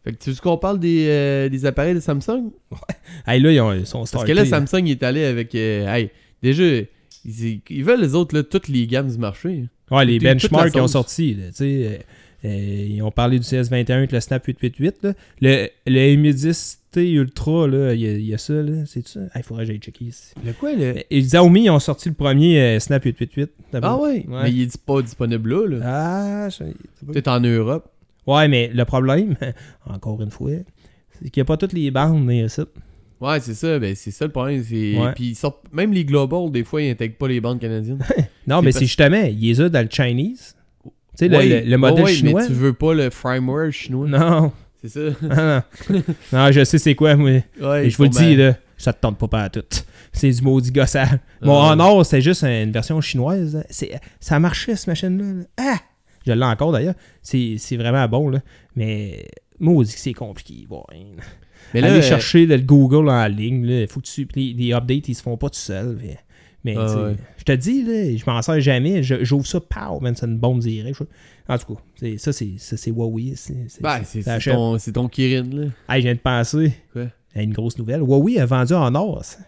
[SPEAKER 2] Fait que tu veux qu'on parle des, euh, des appareils de Samsung?
[SPEAKER 1] Hey, là, ils, ont, ils sont
[SPEAKER 2] Parce
[SPEAKER 1] startés,
[SPEAKER 2] que là,
[SPEAKER 1] là.
[SPEAKER 2] Samsung il est allé avec. euh, hey, déjà, ils, ils veulent les autres, là, toutes les gammes du marché.
[SPEAKER 1] Ouais, les
[SPEAKER 2] toute la
[SPEAKER 1] benchmarks qui ont
[SPEAKER 2] sauce.
[SPEAKER 1] sorti, là, tu sais. euh, euh, ils ont parlé du CS21 avec le Snap 888. Là. Le, le Humidicité Ultra, là, il y, a- il y a ça, là. C'est ça? Ah, Il faudrait que j'aille checker ici.
[SPEAKER 2] Le quoi, le.
[SPEAKER 1] Euh, Et Xiaomi, ils ont sorti le premier euh, Snap 888.
[SPEAKER 2] Ah
[SPEAKER 1] d'abord.
[SPEAKER 2] ouais. Mais il est pas disponible là. là.
[SPEAKER 1] Ah, je-
[SPEAKER 2] Peut-être en Europe.
[SPEAKER 1] Ouais, mais le problème, encore une fois, c'est qu'il n'y a pas toutes les bandes dans les sites.
[SPEAKER 2] Ouais, c'est ça. Ben, c'est ça le problème. c'est-
[SPEAKER 1] Ouais.
[SPEAKER 2] Puis ils sortent. Même les Global, des fois, ils intègrent pas les bandes canadiennes.
[SPEAKER 1] Non, mais
[SPEAKER 2] C'est parce-
[SPEAKER 1] c'est justement, il les a dans le Chinese. Tu sais, le-
[SPEAKER 2] Ouais,
[SPEAKER 1] le, le
[SPEAKER 2] ouais,
[SPEAKER 1] modèle
[SPEAKER 2] ouais,
[SPEAKER 1] chinois.
[SPEAKER 2] Mais tu veux pas le firmware chinois.
[SPEAKER 1] Non,
[SPEAKER 2] C'est ça. Ouais,
[SPEAKER 1] non, non. Non, je sais c'est quoi, moi.
[SPEAKER 2] ils
[SPEAKER 1] Et je vous le
[SPEAKER 2] font
[SPEAKER 1] dis,
[SPEAKER 2] mal.
[SPEAKER 1] là, ça te tente pas pas à tout. C'est du maudit gossage. Mon
[SPEAKER 2] Ah.
[SPEAKER 1] Honor, c'est juste une version chinoise. hein. C'est- Ça marchait, cette machine-là. là. Ah! Je l'ai encore, d'ailleurs. C'est c'est vraiment bon, là. Mais maudit que c'est compliqué. Bon, hein.
[SPEAKER 2] Mais
[SPEAKER 1] aller
[SPEAKER 2] euh,
[SPEAKER 1] chercher le Google en ligne, là, faut que tu, puis les, les updates, ils se font pas tout seuls. Mais, mais,
[SPEAKER 2] Ah
[SPEAKER 1] tu sais,
[SPEAKER 2] ouais.
[SPEAKER 1] je te dis, là, je m'en sers jamais. Je- J'ouvre ça, pow, man, c'est une bombe directe. je- En tout cas, c'est- ça, c'est ça, c'est Huawei. c'est- c'est-
[SPEAKER 2] Ben, c'est
[SPEAKER 1] ça
[SPEAKER 2] c'est
[SPEAKER 1] achève.
[SPEAKER 2] ton, c'est ton Kirin, là.
[SPEAKER 1] Hey, je viens de penser
[SPEAKER 2] Quoi?
[SPEAKER 1] à une grosse nouvelle. Huawei a vendu en or. ça.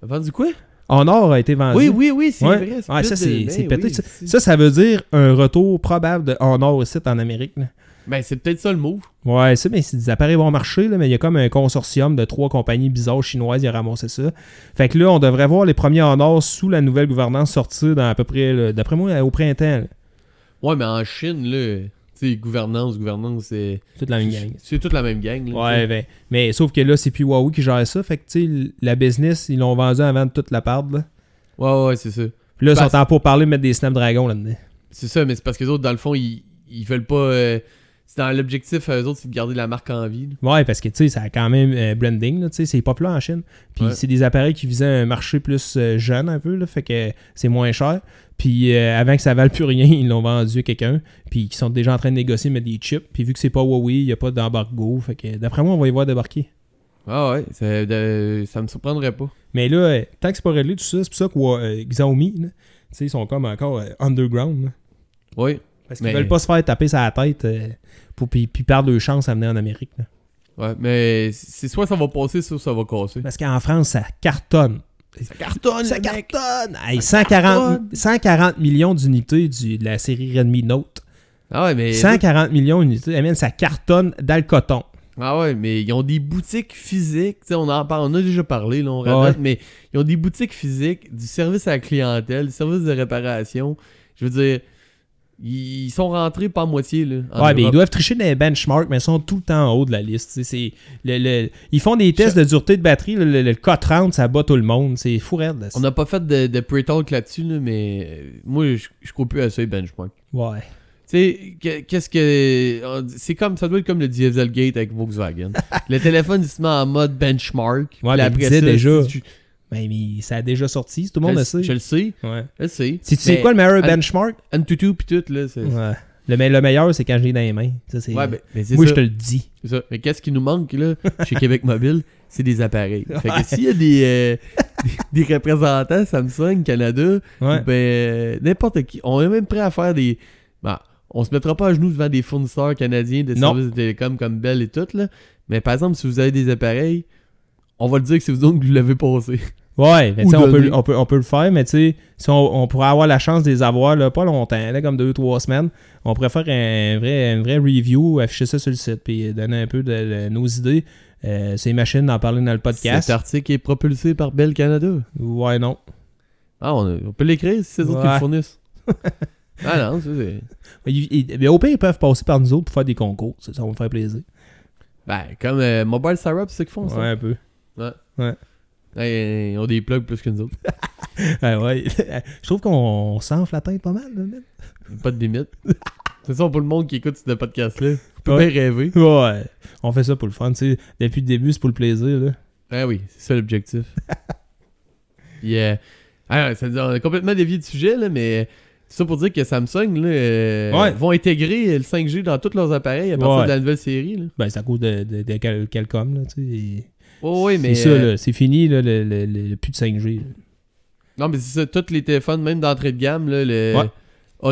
[SPEAKER 2] T'as vendu quoi?
[SPEAKER 1] En or a été vendu.
[SPEAKER 2] Oui, oui, oui, c'est
[SPEAKER 1] Ouais.
[SPEAKER 2] vrai.
[SPEAKER 1] Ouais, ça,
[SPEAKER 2] plus de-
[SPEAKER 1] c'est
[SPEAKER 2] ben
[SPEAKER 1] c'est pété.
[SPEAKER 2] oui,
[SPEAKER 1] ça.
[SPEAKER 2] c'est-
[SPEAKER 1] ça, ça veut dire un retour probable de en or aussi en Amérique. là.
[SPEAKER 2] Ben, c'est peut-être ça le mot.
[SPEAKER 1] Ouais, ça, mais c'est des appareils bon marché, là, mais il y a comme un consortium de trois compagnies bizarres chinoises qui a ramassé ça. Fait que là, on devrait voir les premiers en or sous la nouvelle gouvernance sortir dans à peu près, là, d'après moi, au printemps. là.
[SPEAKER 2] Ouais, mais en Chine, là, tu sais, gouvernance, gouvernance, c'est.
[SPEAKER 1] Toute la même gang.
[SPEAKER 2] C'est toute la même gang, là.
[SPEAKER 1] Ouais,
[SPEAKER 2] tu
[SPEAKER 1] ben, mais sauf que là, c'est plus Huawei qui gère ça. Fait que, tu sais, la business, ils l'ont vendu avant de toute la part. là.
[SPEAKER 2] sais. Ouais, ouais, c'est ça.
[SPEAKER 1] Puis là, ils
[SPEAKER 2] Parce-
[SPEAKER 1] sont en pour parler mettre des Snapdragon là-dedans.
[SPEAKER 2] C'est ça, mais c'est parce que les autres, dans le fond, ils, ils veulent pas. euh, c'est dans l'objectif, euh, eux autres, c'est de garder la marque en vie. là.
[SPEAKER 1] Ouais, parce que tu sais, ça a quand même euh, blending, là, tu sais, c'est populaire en Chine. Puis
[SPEAKER 2] Ouais.
[SPEAKER 1] c'est des appareils qui visaient un marché plus euh, jeune un peu, là, fait que c'est moins cher. Puis euh, avant que ça vale plus rien, ils l'ont vendu à quelqu'un, puis qui sont déjà en train de négocier mais des chips. Puis vu que c'est pas Huawei, il n'y a pas d'embargo, fait que d'après moi, on va y voir débarquer.
[SPEAKER 2] Ah ouais, ça, de- ça me surprendrait pas.
[SPEAKER 1] Mais là, euh, tant que c'est pas réglé tout ça, c'est pour ça que Hua- euh, Xiaomi, là, tu sais, ils sont comme encore euh, underground. là.
[SPEAKER 2] Oui.
[SPEAKER 1] parce qu'ils
[SPEAKER 2] Mais-
[SPEAKER 1] veulent pas se faire taper sa tête euh, pour puis, puis perdre leur chance à venir en Amérique. là.
[SPEAKER 2] Ouais, mais c'est soit ça va passer, soit ça va casser.
[SPEAKER 1] Parce qu'en France, ça cartonne.
[SPEAKER 2] Ça cartonne,
[SPEAKER 1] Ça
[SPEAKER 2] le mec!
[SPEAKER 1] cartonne! Hey, 140, 140 millions d'unités du- de la série Redmi Note.
[SPEAKER 2] Ah ouais, mais.
[SPEAKER 1] 140 millions d'unités. Hey, man, ça cartonne dans le coton.
[SPEAKER 2] Ah ouais, mais ils ont des boutiques physiques. tu sais, On en parle, on a déjà parlé, là, on
[SPEAKER 1] Ah
[SPEAKER 2] radote, mais ils ont des boutiques physiques, du service à la clientèle, du service de réparation. Je veux dire, ils sont rentrés par moitié. Là, en
[SPEAKER 1] ouais, mais ils
[SPEAKER 2] Europe.
[SPEAKER 1] doivent tricher des benchmarks, mais ils sont tout le temps en haut de la liste. tu sais, c'est- le- le- ils font des tests de dureté de batterie. Le, le- le K30, ça bat tout le monde. C'est fou raide. là,
[SPEAKER 2] On n'a pas fait de, de pre-talk là-dessus, là, mais euh, moi, je, je crois plus à ça, les benchmarks.
[SPEAKER 1] Ouais.
[SPEAKER 2] Tu sais, que- qu'est-ce que. on- C'est comme. Ça doit être comme le Dieselgate avec Volkswagen. le téléphone, il se met en mode benchmark.
[SPEAKER 1] Ouais,
[SPEAKER 2] puis
[SPEAKER 1] mais il disait déjà.
[SPEAKER 2] si tu-
[SPEAKER 1] Mais, Ben, mais ça a déjà sorti. Tout le
[SPEAKER 2] je,
[SPEAKER 1] monde
[SPEAKER 2] le-
[SPEAKER 1] le sait.
[SPEAKER 2] Je le sais.
[SPEAKER 1] Ouais.
[SPEAKER 2] Je le sais.
[SPEAKER 1] Si tu sais quoi le meilleur
[SPEAKER 2] Anne-
[SPEAKER 1] benchmark?
[SPEAKER 2] Un tutu pis tout, là. c'est-
[SPEAKER 1] Ouais. Le, me- le meilleur, c'est quand je l'ai dans les mains. Ça, c'est-
[SPEAKER 2] Ouais, ben, mais, mais c'est
[SPEAKER 1] Moi,
[SPEAKER 2] ça.
[SPEAKER 1] je te le dis.
[SPEAKER 2] C'est ça. Mais qu'est-ce qui nous manque, là, chez Québec Mobile C'est des appareils. Fait que s'il y a des, euh, des, des représentants Samsung, Canada,
[SPEAKER 1] Ouais.
[SPEAKER 2] ben, euh, n'importe qui. On est même prêt à faire des. Ben, on se mettra pas à genoux devant des fournisseurs canadiens de
[SPEAKER 1] Non.
[SPEAKER 2] services de télécom comme Bell et tout, là. Mais par exemple, si vous avez des appareils, on va le dire que c'est vous autres qui l'avez passé.
[SPEAKER 1] Ouais, mais
[SPEAKER 2] Ou
[SPEAKER 1] tu sais, on peut,
[SPEAKER 2] donner.
[SPEAKER 1] on, peut, on peut le faire, mais tu sais, si on, on pourrait avoir la chance de les avoir là, pas longtemps, là, comme deux trois semaines, on pourrait faire un vrai, un vrai review, afficher ça sur le site, puis donner un peu de, de nos idées. Euh, ces machines d'en parler dans le
[SPEAKER 2] Cet
[SPEAKER 1] podcast.
[SPEAKER 2] article est propulsé par Bell Canada.
[SPEAKER 1] Ouais, non.
[SPEAKER 2] Ah, on, a- on peut l'écrire si c'est eux autres qui
[SPEAKER 1] Ouais.
[SPEAKER 2] le fournissent. ah non, ça c'est.
[SPEAKER 1] Mais, ils- ils- mais au pire, ils peuvent passer par nous autres pour faire des concours. Ça, ça va me faire plaisir.
[SPEAKER 2] Ben, comme euh, Mobile Syrup, c'est ce qu'ils font, ça.
[SPEAKER 1] Ouais, un peu.
[SPEAKER 2] Ouais, ils ont des plugs plus que nous autres.
[SPEAKER 1] Ouais, Ah, ouais. Je trouve qu'on s'enfle la tête pas mal. là, man.
[SPEAKER 2] Pas de limite. C'est ça pour le monde qui écoute ce podcast-là. On peut
[SPEAKER 1] Ouais.
[SPEAKER 2] bien rêver.
[SPEAKER 1] Ouais. On fait ça pour le fun. tu sais. Depuis le début, c'est pour le plaisir. Là.
[SPEAKER 2] Ah oui, c'est ça l'objectif. yeah. Alors, ça, on a complètement dévié du sujet, là, mais c'est ça pour dire que Samsung là, euh,
[SPEAKER 1] Ouais.
[SPEAKER 2] vont intégrer euh, le 5G dans tous leurs appareils à partir
[SPEAKER 1] Ouais.
[SPEAKER 2] de la nouvelle série. Là.
[SPEAKER 1] Ben, c'est à cause de, de, de Cal- Calcom. Là, tu sais. Et-
[SPEAKER 2] Oh, oui, mais.
[SPEAKER 1] C'est ça,
[SPEAKER 2] euh,
[SPEAKER 1] là, c'est fini, là, le, le- le- le plus de 5G. là.
[SPEAKER 2] Non, mais c'est ça, tous les téléphones, même d'entrée de gamme, là, le
[SPEAKER 1] Ouais.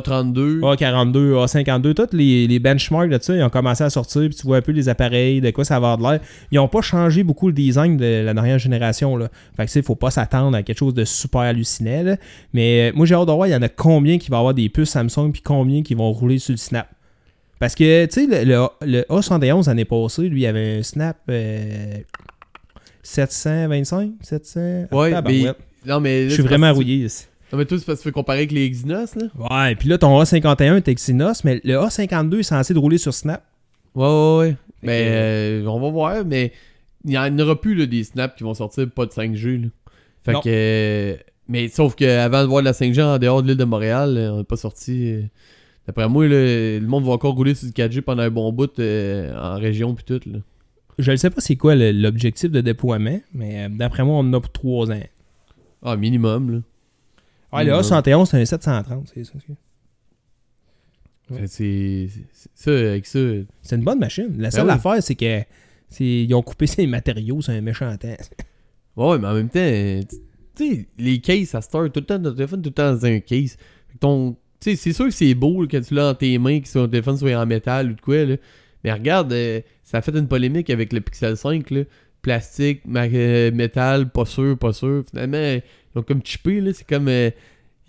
[SPEAKER 2] A32.
[SPEAKER 1] Ah, A42, A52, tous les, les benchmarks de ça, ils ont commencé à sortir, puis tu vois un peu les appareils, de quoi ça va avoir de l'air. Ils n'ont pas changé beaucoup le design de la dernière génération. Là. Fait que, tu sais, faut pas s'attendre à quelque chose de super hallucinant. là. Mais euh, moi, j'ai hâte de voir, il y en a combien qui vont avoir des puces Samsung, puis combien qui vont rouler sur le Snap. Parce que, tu sais, le, le- le A71, l'année passée, lui, il avait un Snap euh, 725, 700...
[SPEAKER 2] Ouais,
[SPEAKER 1] Tabarouette.
[SPEAKER 2] mais- Non, mais. là,
[SPEAKER 1] Je
[SPEAKER 2] c'est
[SPEAKER 1] suis vraiment
[SPEAKER 2] parce que-
[SPEAKER 1] rouillé ici.
[SPEAKER 2] Non, mais toi, c'est parce que tu veux comparer avec les Exynos, là.
[SPEAKER 1] Ouais, puis là, ton A51 est Exynos, mais le A52 est censé de rouler sur Snap.
[SPEAKER 2] Ouais, ouais, ouais. Mais
[SPEAKER 1] que-
[SPEAKER 2] euh, on va voir, mais il n'y en aura plus là, des snaps qui vont sortir pas de 5G. là. Fait
[SPEAKER 1] Non.
[SPEAKER 2] que. euh, Mais sauf qu'avant de voir de la 5G en dehors de l'île de Montréal, euh, on n'est pas sorti. euh, D'après moi, là, le monde va encore rouler sur du 4G pendant un bon bout euh, en région puis tout. Là.
[SPEAKER 1] Je ne sais pas c'est quoi le- l'objectif de déploiement, mais euh, d'après moi, on en a pour 3 ans.
[SPEAKER 2] Ah, minimum. Là.
[SPEAKER 1] Ouais, le
[SPEAKER 2] Mhm.
[SPEAKER 1] A71, c'est un 730, c'est ça. c'est- Ouais.
[SPEAKER 2] Fait que c'est. c'est- Ça, avec ça. euh,
[SPEAKER 1] C'est une bonne machine. La seule
[SPEAKER 2] Ben oui.
[SPEAKER 1] affaire, c'est que c'est- ils ont coupé ses matériaux, c'est un méchant temps.
[SPEAKER 2] Ouais, ouais, mais en même temps, euh, tu tu sais, les cases, ça se tord tout le temps dans ton téléphone, tout le temps dans un case. Fait que ton- tu sais, c'est sûr que c'est beau là, quand tu l'as dans tes mains, que ton téléphone soit en métal ou de quoi, là. Mais regarde, euh, ça a fait une polémique avec le Pixel 5, là. Plastique, ma- euh, métal, pas sûr, pas sûr. Finalement, euh, ils ont comme chippé, là. C'est comme. euh,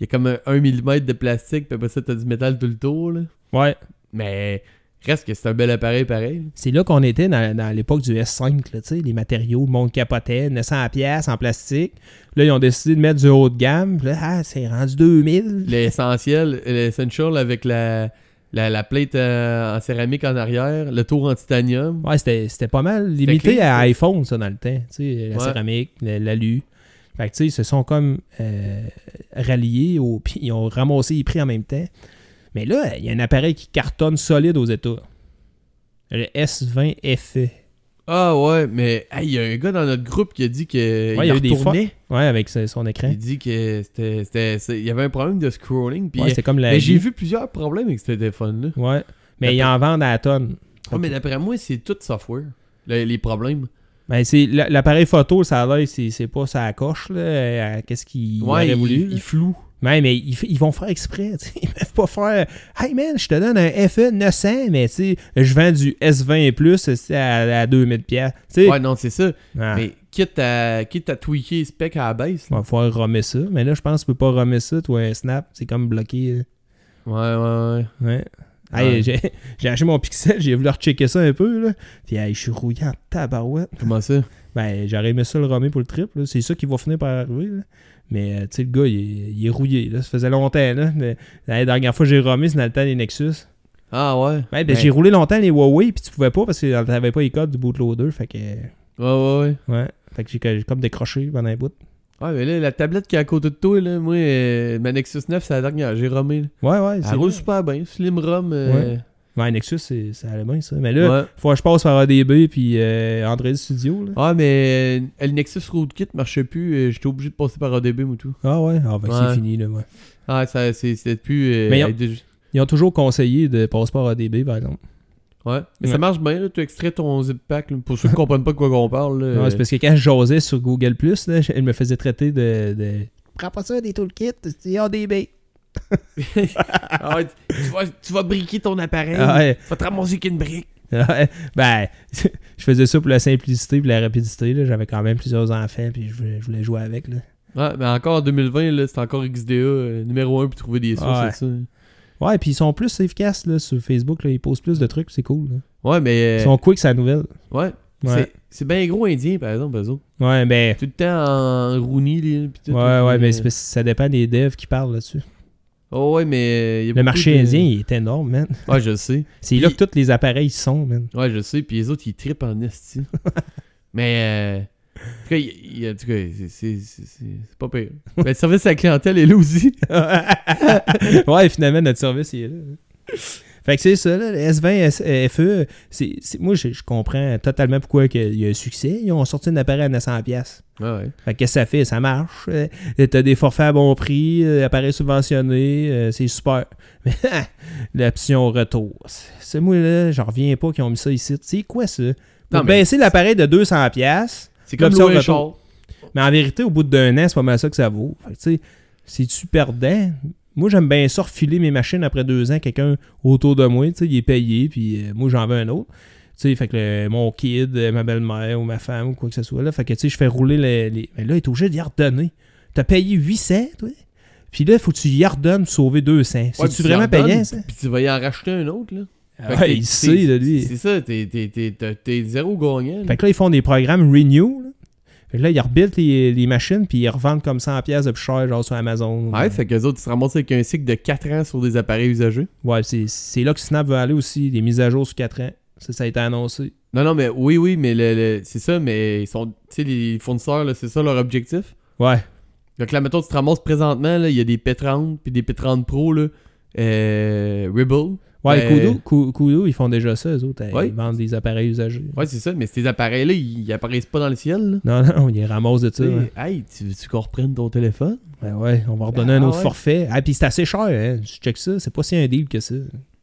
[SPEAKER 2] Il y a comme un 1 mm de plastique, puis après ça, t'as du métal tout le tour, là.
[SPEAKER 1] Ouais.
[SPEAKER 2] Mais reste que c'est un bel appareil pareil.
[SPEAKER 1] C'est là qu'on était dans, dans l'époque du S5, là, tu sais, les matériaux, le monde capotait, 900 pièces en plastique. Là, ils ont décidé de mettre du haut de gamme. Puis Là, ah, c'est rendu 2000.
[SPEAKER 2] L'essentiel, l'essential avec la, la, la plate euh, en céramique en arrière, le tour en titanium.
[SPEAKER 1] Ouais, c'était c'était pas mal
[SPEAKER 2] C'était
[SPEAKER 1] limité
[SPEAKER 2] clean,
[SPEAKER 1] à
[SPEAKER 2] ça.
[SPEAKER 1] iPhone, ça, dans le temps. Tu sais, la
[SPEAKER 2] Ouais.
[SPEAKER 1] céramique, le- l'alu. Fait que, tu sais, ils se sont comme euh, ralliés, au, puis ils ont ramassé les prix en même temps. Mais là, il y a un appareil qui cartonne solide aux États. Le S20 FE.
[SPEAKER 2] Ah ouais, mais hey, il y a un gars dans notre groupe qui a dit que
[SPEAKER 1] Ouais, il y
[SPEAKER 2] il
[SPEAKER 1] a hein. eu des
[SPEAKER 2] retournait.
[SPEAKER 1] Ouais, avec ce- son écran.
[SPEAKER 2] Il dit que c'était, c'était- c'est- il y avait un problème de scrolling. Puis euh,
[SPEAKER 1] Ouais, c'est comme la.
[SPEAKER 2] mais j'ai
[SPEAKER 1] vie.
[SPEAKER 2] vu plusieurs problèmes avec ce téléphone-là.
[SPEAKER 1] Ouais. Mais ils en vendent à la tonne.
[SPEAKER 2] Ah, mais d'après moi, c'est tout software, le- les problèmes.
[SPEAKER 1] Ben, c'est l- l'appareil photo, ça a l'air, c'est c'est pas ça à coche, là, euh, à qu'est-ce qu'ils
[SPEAKER 2] ouais,
[SPEAKER 1] auraient voulu.
[SPEAKER 2] il, il floue.
[SPEAKER 1] Mais, mais ils, f- ils vont faire exprès. tu sais. Ils peuvent pas faire Hey man, je te donne un FE 900, mais tu sais, je vends du S20 et plus c'est à, à 2000$. piastres. Tu sais,
[SPEAKER 2] Ouais, non, c'est ça.
[SPEAKER 1] Ah,
[SPEAKER 2] Mais quitte à, quitte à tweaker les specs à la baisse. là.
[SPEAKER 1] va falloir remettre ça. Mais là, je pense que tu peux pas remettre ça, toi, un snap. C'est comme bloqué. euh.
[SPEAKER 2] Ouais, ouais, ouais.
[SPEAKER 1] Ouais. Hey,
[SPEAKER 2] Ouais.
[SPEAKER 1] j'ai j'ai acheté mon Pixel, j'ai voulu rechecker ça un peu. Là. Puis, hey, je suis rouillé en tabarouette.
[SPEAKER 2] Comment ça?
[SPEAKER 1] Ben, j'aurais aimé ça le ramer pour le trip. là. C'est ça qui va finir par arriver. là. Mais, euh, tu sais, le gars, il, est- il est rouillé. Là. Ça faisait longtemps. Là. Mais la dernière fois que j'ai ramé, c'était dans le temps des Nexus.
[SPEAKER 2] Ah ouais?
[SPEAKER 1] Ouais, ben,
[SPEAKER 2] Ben,
[SPEAKER 1] j'ai roulé longtemps les Huawei, puis tu pouvais pas parce que t'avais pas les codes du bootloader. Fait que.
[SPEAKER 2] Ouais, ouais, ouais.
[SPEAKER 1] Ouais. Fait que j'ai j'ai comme décroché pendant un bout.
[SPEAKER 2] Ouais, mais là, la tablette qui est à côté de toi, là, moi, euh, ma Nexus 9, c'est la dernière. J'ai romé. là.
[SPEAKER 1] Ouais, ouais.
[SPEAKER 2] Elle
[SPEAKER 1] C'est
[SPEAKER 2] roule
[SPEAKER 1] vrai.
[SPEAKER 2] super bien. Slim ROM. euh,
[SPEAKER 1] Ouais, Nexus, c'est- ça allait bien, ça. Mais
[SPEAKER 2] ouais.
[SPEAKER 1] là, faut que je passe par ADB puis euh, Android Studio. Là.
[SPEAKER 2] Ah, mais euh, le Nexus Roadkit marchait plus. euh, J'étais obligé de passer par ADB ou tout.
[SPEAKER 1] Ah ouais, ah, fait que
[SPEAKER 2] Ouais.
[SPEAKER 1] c'est fini, là, ouais.
[SPEAKER 2] Ah, ça, c'est- c'était plus. euh,
[SPEAKER 1] Mais y a-
[SPEAKER 2] avec des-
[SPEAKER 1] Ils ont toujours conseillé de passer par ADB, par exemple.
[SPEAKER 2] Ouais. Mais ça
[SPEAKER 1] Ouais.
[SPEAKER 2] marche bien, là, tu extrais ton zip pack. là. Pour ceux qui comprennent pas de quoi qu'on parle. là,
[SPEAKER 1] Ouais, c'est parce que quand je jasais sur Google, là, je- elle me faisait traiter de. de... Prends pas ça des toolkits, c'est ADB.
[SPEAKER 2] Ah ouais, tu, tu vas, tu vas briquer ton appareil.
[SPEAKER 1] Ah ouais.
[SPEAKER 2] Tu vas te ramasser qu'une brique.
[SPEAKER 1] Ouais, ben, je faisais ça pour la simplicité et la rapidité. là. J'avais quand même plusieurs enfants puis je voulais, je voulais jouer avec. Là.
[SPEAKER 2] Ouais, mais encore en 2020, là, c'est encore XDA euh, numéro 1 pour trouver des sources,
[SPEAKER 1] Ah ouais.
[SPEAKER 2] c'est ça.
[SPEAKER 1] Ouais, puis ils sont plus efficaces là, sur Facebook. Là. Ils posent plus de trucs, c'est cool. là.
[SPEAKER 2] Ouais, mais.
[SPEAKER 1] Ils
[SPEAKER 2] euh,
[SPEAKER 1] sont quick, sa nouvelle.
[SPEAKER 2] Ouais.
[SPEAKER 1] Ouais,
[SPEAKER 2] C'est, c'est bien gros indien, par exemple, eux autres.
[SPEAKER 1] ouais ben.
[SPEAKER 2] Tout le temps en rounie, là, pis tout.
[SPEAKER 1] Ouais,
[SPEAKER 2] là,
[SPEAKER 1] ouais,
[SPEAKER 2] pis,
[SPEAKER 1] mais
[SPEAKER 2] euh,
[SPEAKER 1] c'est parce que ça dépend des devs qui parlent là-dessus.
[SPEAKER 2] Oh, ouais, mais. euh, y a
[SPEAKER 1] Le
[SPEAKER 2] beaucoup
[SPEAKER 1] marché
[SPEAKER 2] de-
[SPEAKER 1] indien, il est énorme, man.
[SPEAKER 2] Ouais, je sais.
[SPEAKER 1] C'est là que tous les appareils sont, man.
[SPEAKER 2] Ouais, je sais. Puis les autres, ils trippent en esti. mais. euh, En tout cas, il- il- en tout cas, c'est, c'est, c'est, c'est- c'est pas pire. Mais le service à la clientèle est là aussi.
[SPEAKER 1] ouais, finalement, notre service, il est là. Fait que c'est ça, là, le S20 S- euh, FE, c'est- c'est- moi, je, je comprends totalement pourquoi que il y a un succès. Ils ont sorti un appareil à 900$. piastres.
[SPEAKER 2] Ouais, ouais.
[SPEAKER 1] Fait que qu'est-ce que ça fait? Ça marche. Euh, T'as des forfaits à bon prix, euh, appareil subventionné, euh, c'est super. Mais l'option retour, c'est c'est moi, là, j'en reviens pas qu'ils ont mis ça ici. C'est quoi ça?
[SPEAKER 2] Non,
[SPEAKER 1] Pour
[SPEAKER 2] mais
[SPEAKER 1] baisser l'appareil de 200$, piastres,
[SPEAKER 2] c'est comme
[SPEAKER 1] l'option
[SPEAKER 2] louer un char.
[SPEAKER 1] retour. mais en vérité, au bout de d'un an, c'est pas mal ça que ça vaut. Fait que, tu sais, c'est-tu perdant? Moi, j'aime bien ça, refiler mes machines après deux ans, quelqu'un autour de moi, tu sais, il est payé, puis euh, moi, j'en veux un autre. Tu sais, fait que le- mon kid, euh, ma belle-mère ou ma femme ou quoi que ce soit, là, fait que, tu sais, je fais rouler les... les- Mais là, il est obligé d'y redonner. T'as payé 800, toi? Puis là, faut que tu y redonnes pour sauver 200.
[SPEAKER 2] Ouais,
[SPEAKER 1] C'est-tu
[SPEAKER 2] puis tu
[SPEAKER 1] vraiment
[SPEAKER 2] leur donnes,
[SPEAKER 1] payant, ça?
[SPEAKER 2] Puis tu vas y en racheter un autre, là. Fait que
[SPEAKER 1] Ouais,
[SPEAKER 2] t'es-
[SPEAKER 1] il
[SPEAKER 2] t'es-
[SPEAKER 1] sait, là, lui.
[SPEAKER 2] C'est ça, t'es, t'es, t'es, t'es- t'es zéro gagnant. là.
[SPEAKER 1] Fait que là, ils font des programmes Renew. Là. Fait que là, ils rebuilt les, les machines, puis ils revendent comme 100 pièces de plus cher, genre sur Amazon.
[SPEAKER 2] Ouais, fait que les autres, ils se ramassent avec un cycle de 4 ans sur des appareils usagés.
[SPEAKER 1] Ouais, c'est- c'est là que Snap veut aller aussi, des mises à jour sur 4 ans. Ça, ça a été annoncé.
[SPEAKER 2] Non, non, mais oui, oui, mais le, le- c'est ça, mais ils sont, tu sais, les fournisseurs, là, c'est ça leur objectif.
[SPEAKER 1] Ouais.
[SPEAKER 2] Donc là, mettons, tu te ramasses présentement, là, il y a des P30 puis des P30 Pro, là, euh, Ribble.
[SPEAKER 1] Ouais,
[SPEAKER 2] Ben-
[SPEAKER 1] Kudo, Ku- Kudo, ils font déjà ça, eux autres.
[SPEAKER 2] Ouais.
[SPEAKER 1] Ils vendent des appareils usagés.
[SPEAKER 2] Ouais, c'est ça, mais ces appareils-là, ils, ils apparaissent pas dans le ciel, là.
[SPEAKER 1] Non, non, ils ramassent de ça. hein.
[SPEAKER 2] Tu sais,
[SPEAKER 1] ouais.
[SPEAKER 2] Hey, tu veux-tu qu'on reprenne ton téléphone?
[SPEAKER 1] Ben ouais, on va redonner
[SPEAKER 2] Ah,
[SPEAKER 1] un autre
[SPEAKER 2] ouais.
[SPEAKER 1] forfait. Ah, puis c'est assez cher, hein. Je check ça, c'est pas si un deal que ça.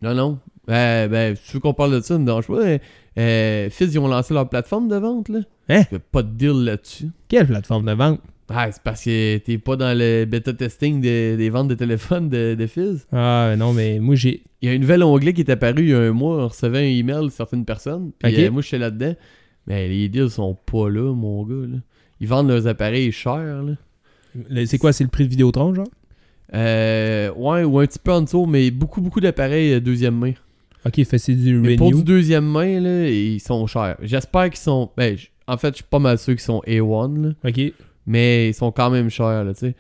[SPEAKER 2] Non, non. Ben, ben, si tu veux qu'on parle de ça, me dérange pas. hein. Euh, Fizz, ils ont lancé leur plateforme de vente, là.
[SPEAKER 1] Hein?
[SPEAKER 2] Y a pas de deal là-dessus.
[SPEAKER 1] Quelle plateforme de vente?
[SPEAKER 2] Ah, c'est parce que t'es pas dans le bêta testing des- des ventes de téléphones de, de Fizz.
[SPEAKER 1] Ah, non, mais moi, j'ai.
[SPEAKER 2] Il y a un nouvel onglet qui est apparu il y a un mois. On recevait un email de certaines personnes. Puis
[SPEAKER 1] Ok.
[SPEAKER 2] euh, moi, j'étais là-dedans. Mais les deals sont pas là, mon gars. là. Ils vendent leurs appareils chers. Là.
[SPEAKER 1] le- C'est quoi, c'est le prix de Vidéotron, genre?
[SPEAKER 2] Euh, ouais, ou un petit peu en dessous, mais beaucoup, beaucoup d'appareils euh, deuxième main.
[SPEAKER 1] Ok, fait c'est du
[SPEAKER 2] Mais pour
[SPEAKER 1] Renew.
[SPEAKER 2] du deuxième main, là, ils sont chers. J'espère qu'ils sont. Ben, j- en fait, je suis pas mal sûr qu'ils sont A1, là,
[SPEAKER 1] Ok.
[SPEAKER 2] mais ils sont quand même chers, là, tu sais.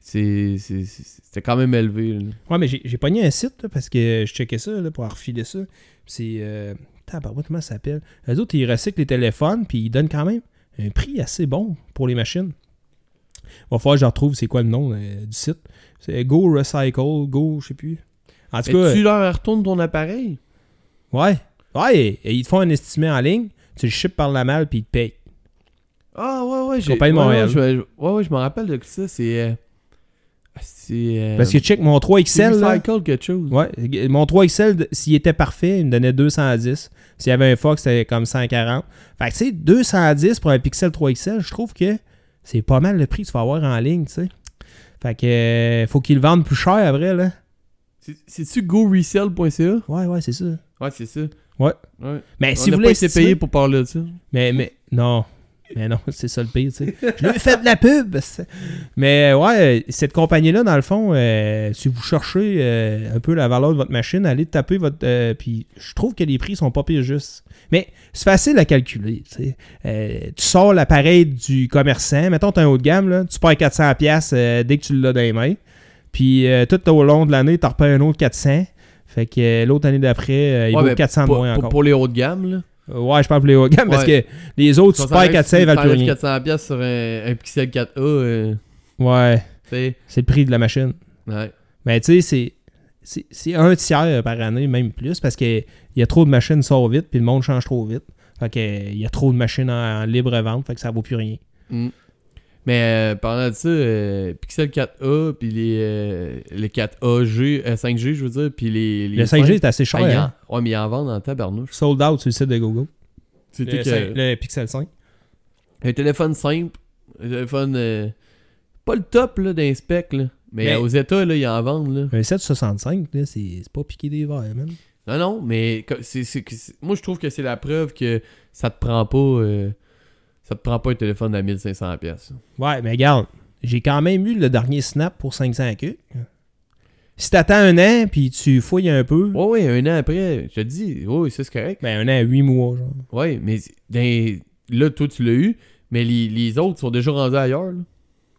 [SPEAKER 2] C'est- c'est- c'est- C'était quand même élevé. là.
[SPEAKER 1] Ouais, mais j'ai j'ai pogné un site là, parce que je checkais ça là, pour refiler ça. Puis C'est. Euh... tabarouette, comment ça s'appelle Eux autres, ils recyclent les téléphones puis ils donnent quand même un prix assez bon pour les machines. va falloir que je retrouve c'est quoi le nom euh, du site. C'est Go Recycle, Go, je sais plus. En tout cas,
[SPEAKER 2] Mais tu leur retournes ton appareil?
[SPEAKER 1] ouais. Ouais, et- et ils te font un estimé en ligne, tu le ships par la malle, puis ils te payent.
[SPEAKER 2] Ah ouais, ouais, j'ai...
[SPEAKER 1] Compagnie de
[SPEAKER 2] ouais,
[SPEAKER 1] Montréal.
[SPEAKER 2] Ouais, je, ouais, ouais, je me rappelle de ça, c'est... euh, c'est... euh,
[SPEAKER 1] Parce que check, mon 3XL, là,
[SPEAKER 2] Recycle quelque chose.
[SPEAKER 1] ouais, mon 3XL, de- s'il était parfait, il me donnait 210. S'il y avait un Fox, c'était comme 140. Fait que, tu sais, 210 pour un Pixel 3XL, je trouve que c'est pas mal le prix que tu vas avoir en ligne, tu sais. Fait que, euh, faut qu'ils le vendent plus cher après, là.
[SPEAKER 2] C'est- C'est-tu goresell.ca?
[SPEAKER 1] Ouais, ouais, c'est ça.
[SPEAKER 2] Ouais, c'est ça.
[SPEAKER 1] Ouais.
[SPEAKER 2] ouais.
[SPEAKER 1] Mais
[SPEAKER 2] On
[SPEAKER 1] si
[SPEAKER 2] n'a
[SPEAKER 1] vous
[SPEAKER 2] pas
[SPEAKER 1] voulez
[SPEAKER 2] été payé pour parler de ça.
[SPEAKER 1] Mais, mais, non. Mais non, c'est ça le pire, tu sais. Je lui ai fait de la pub. c'est- Mais ouais, cette compagnie-là, dans le fond, euh, si vous cherchez euh, un peu la valeur de votre machine, allez taper votre. euh, puis je trouve que les prix sont pas pires justes. Mais c'est facile à calculer, tu sais. Euh, tu sors l'appareil du commerçant, mettons, tu un haut de gamme, là, tu payes 400$ piastres, euh, dès que tu l'as dans les mains. Puis euh, tout au long de l'année, tu repayes un autre 400$. Fait que euh, l'autre année d'après, euh, il
[SPEAKER 2] Ouais,
[SPEAKER 1] vaut
[SPEAKER 2] mais
[SPEAKER 1] 400$ de
[SPEAKER 2] pour,
[SPEAKER 1] moins
[SPEAKER 2] pour-
[SPEAKER 1] encore.
[SPEAKER 2] pour les hauts de gamme, là.
[SPEAKER 1] Euh, Ouais, je parle pour les hauts de gamme parce
[SPEAKER 2] Ouais.
[SPEAKER 1] que les autres, tu
[SPEAKER 2] Quand
[SPEAKER 1] perds
[SPEAKER 2] t'enlèves-
[SPEAKER 1] 400, ils valent plus
[SPEAKER 2] t'enlèves
[SPEAKER 1] rien.
[SPEAKER 2] 400 piastres sur un, un Pixel 4A, euh,
[SPEAKER 1] Ouais,
[SPEAKER 2] tu sais,
[SPEAKER 1] c'est le prix de la machine.
[SPEAKER 2] ouais.
[SPEAKER 1] Mais tu sais, c'est- c'est- c'est un tiers par année, même plus, parce qu'il y a trop de machines qui sortent vite, puis le monde change trop vite. Fait que il y a trop de machines en, en libre vente, fait que ça vaut plus rien.
[SPEAKER 2] Mm. Mais euh, pendant ça, euh, Pixel 4A, puis les, euh, les 4AG, euh, 5G, je veux dire, puis les, les
[SPEAKER 1] Le 5G est assez
[SPEAKER 2] Ah,
[SPEAKER 1] cher.
[SPEAKER 2] ils en-
[SPEAKER 1] hein?
[SPEAKER 2] Ouais, mais ils en vendent en tabarnouche.
[SPEAKER 1] Sold out sur le site de Google.
[SPEAKER 2] C'est
[SPEAKER 1] Le,
[SPEAKER 2] tout que-
[SPEAKER 1] cin- le Pixel 5.
[SPEAKER 2] Un téléphone simple, un téléphone... euh, pas le top, là, d'un spec, là. Mais,
[SPEAKER 1] Mais-
[SPEAKER 2] aux États, là, ils en vendent, là.
[SPEAKER 1] Un 765, là, c'est c'est pas piqué des verres, man.
[SPEAKER 2] Non, non, mais co- c'est, c'est que c'est- moi, je trouve que c'est la preuve que ça te prend pas... euh, ça te prend pas un téléphone à 1500$. pièces.
[SPEAKER 1] Ouais, mais regarde, j'ai quand même eu le dernier Snap pour 500 que. Si t'attends un an, puis tu fouilles un peu,
[SPEAKER 2] Ouais, ouais, un an après, je te dis, ouais, ça, c'est correct.
[SPEAKER 1] ben un an à 8 mois, genre.
[SPEAKER 2] Ouais, mais dans- là, toi, tu l'as eu, mais les, les autres sont déjà rendus ailleurs. là.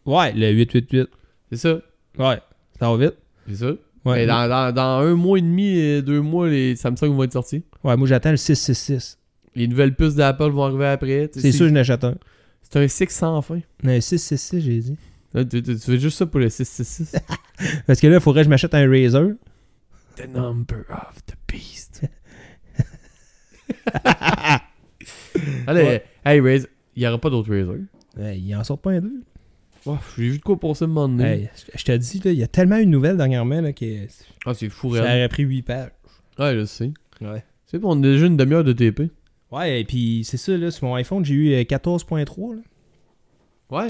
[SPEAKER 1] Ouais, le 888.
[SPEAKER 2] C'est ça.
[SPEAKER 1] Ouais, ça va vite.
[SPEAKER 2] C'est ça.
[SPEAKER 1] Ouais,
[SPEAKER 2] mais dans, dans- dans un mois et demi, euh, deux mois, les Samsung vont être sortis.
[SPEAKER 1] ouais moi j'attends le 666.
[SPEAKER 2] Les nouvelles puces d'Apple vont arriver après. Tu sais,
[SPEAKER 1] C'est sûr, je n'achète un.
[SPEAKER 2] C'est un 6 sans fin.
[SPEAKER 1] Un 666, j'ai dit.
[SPEAKER 2] Là, Tu, tu- tu fais juste ça pour le 666.
[SPEAKER 1] Parce que là, il faudrait que je m'achète un Razer.
[SPEAKER 2] the number of the beast. Allez,
[SPEAKER 1] Ouais.
[SPEAKER 2] hey, Razer. Il n'y aura pas d'autres Razer.
[SPEAKER 1] Ouais, il en sort pas un deux.
[SPEAKER 2] Ouf, J'ai vu de quoi pour ça un moment donné.
[SPEAKER 1] Hey, je te dis, là, il y a tellement une nouvelle dernièrement là, que
[SPEAKER 2] Ah, c'est fou,
[SPEAKER 1] ça
[SPEAKER 2] réel.
[SPEAKER 1] aurait pris 8 pages.
[SPEAKER 2] Ouais, je sais.
[SPEAKER 1] Ouais.
[SPEAKER 2] C'est bon, on a déjà une demi-heure de TP.
[SPEAKER 1] Ouais, et puis c'est ça, là, sur mon iPhone, j'ai eu euh, 14.3. là.
[SPEAKER 2] Ouais.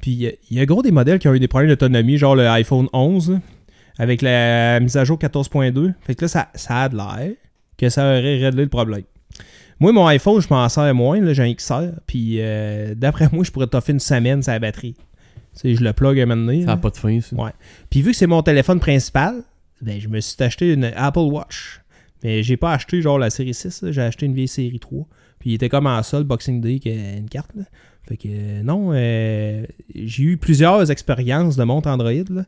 [SPEAKER 1] Puis il y a- il y a gros des modèles qui ont eu des problèmes d'autonomie, genre le iPhone 11, là, avec la mise à jour 14.2. Fait que là, ça, ça a de l'air que ça aurait réglé le problème. Moi, mon iPhone, je m'en sers moins. là, J'ai un XR. Puis euh, d'après moi, je pourrais toffer une semaine sa batterie. Tu sais, je le plug à un moment donné,
[SPEAKER 2] Ça n'a
[SPEAKER 1] là.
[SPEAKER 2] pas de fin, ça.
[SPEAKER 1] Ouais. Puis vu que c'est mon téléphone principal, ben, je me suis acheté une Apple Watch. Mais j'ai pas acheté genre la série 6, là. j'ai acheté une vieille série 3. Puis il était comme en sol Boxing Day qui a une carte. là. Fait que euh, non, euh, j'ai eu plusieurs expériences de montre Android. là.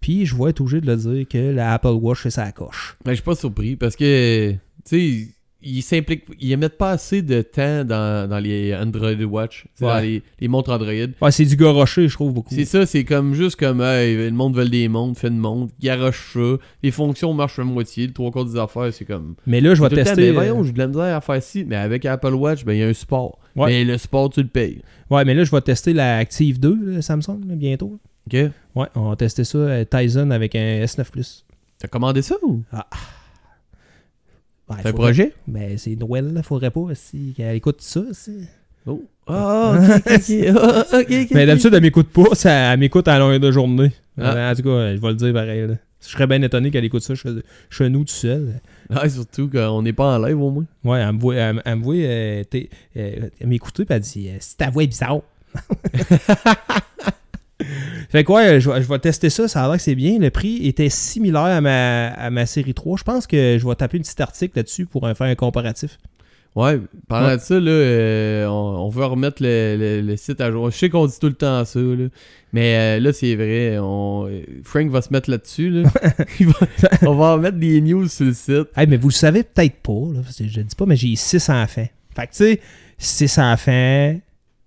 [SPEAKER 1] Puis je vais être obligé de le dire que la Apple Watch fait sa coche.
[SPEAKER 2] Ben, je suis pas surpris parce que, tu sais, ils s'impliquent, ils mettent pas assez de temps dans, dans les Android Watch, tu sais,
[SPEAKER 1] Ouais.
[SPEAKER 2] dans les, les montres Android.
[SPEAKER 1] Ouais, c'est du gars rocher, je trouve beaucoup.
[SPEAKER 2] C'est ça, c'est comme juste comme, hey, le monde veut des montres, fais une montre, garoche ça. Les fonctions marchent à moitié, le trois quarts des affaires, c'est comme.
[SPEAKER 1] Mais là, je vais
[SPEAKER 2] Tout le temps,
[SPEAKER 1] tester.
[SPEAKER 2] ben,
[SPEAKER 1] euh,
[SPEAKER 2] voyons, j'ai de la misère à faire ci, mais avec Apple Watch, ben, il y a un support.
[SPEAKER 1] Ouais.
[SPEAKER 2] Mais le support, tu le payes.
[SPEAKER 1] euh, Ouais, mais là, je vais tester la Active 2 là, Samsung là, bientôt.
[SPEAKER 2] Ok?
[SPEAKER 1] Ouais, on va tester ça, euh, Tyson avec un S9 Plus.
[SPEAKER 2] T'as commandé ça ou?
[SPEAKER 1] Ouais,
[SPEAKER 2] C'est un
[SPEAKER 1] faudrait-
[SPEAKER 2] projet?
[SPEAKER 1] Mais Ben, c'est Noël, là, faudrait pas si qu'elle écoute ça. si.
[SPEAKER 2] Oh. Ah, ok, ok, ok. Ah, ok, ok,
[SPEAKER 1] Mais
[SPEAKER 2] ok.
[SPEAKER 1] Ben, d'habitude, elle m'écoute pas, ça, elle m'écoute à longueur de journée.
[SPEAKER 2] Ah.
[SPEAKER 1] Mais En tout cas, je vais le dire pareil. là. Je serais bien étonné qu'elle écoute ça chez, chez nous tout seul.
[SPEAKER 2] Ouais, Ah, surtout qu'on n'est pas en live au moins.
[SPEAKER 1] Ouais, elle me voit, elle, me- elle me voit, euh, t'es- euh, elle m'écoutait et elle dit euh, Si ta voix est bizarre. fait que ouais, je, vais- je vais tester ça, ça a l'air que c'est bien. Le prix était similaire à ma, à ma série 3. Je pense que je vais taper une petite article là-dessus pour euh, faire un comparatif.
[SPEAKER 2] Ouais, parlant
[SPEAKER 1] Ouais.
[SPEAKER 2] de ça, là, euh, on, on veut remettre le, le- le site à jour. Je sais qu'on dit tout le temps ça, là, mais euh, là, c'est vrai. On, euh, Frank va se mettre là-dessus. Là. Il va- on va remettre des news sur le site.
[SPEAKER 1] Hey, mais vous le savez peut-être pas, là, parce que je le dis pas, mais j'ai six enfants. Fait que, tu sais, six enfants,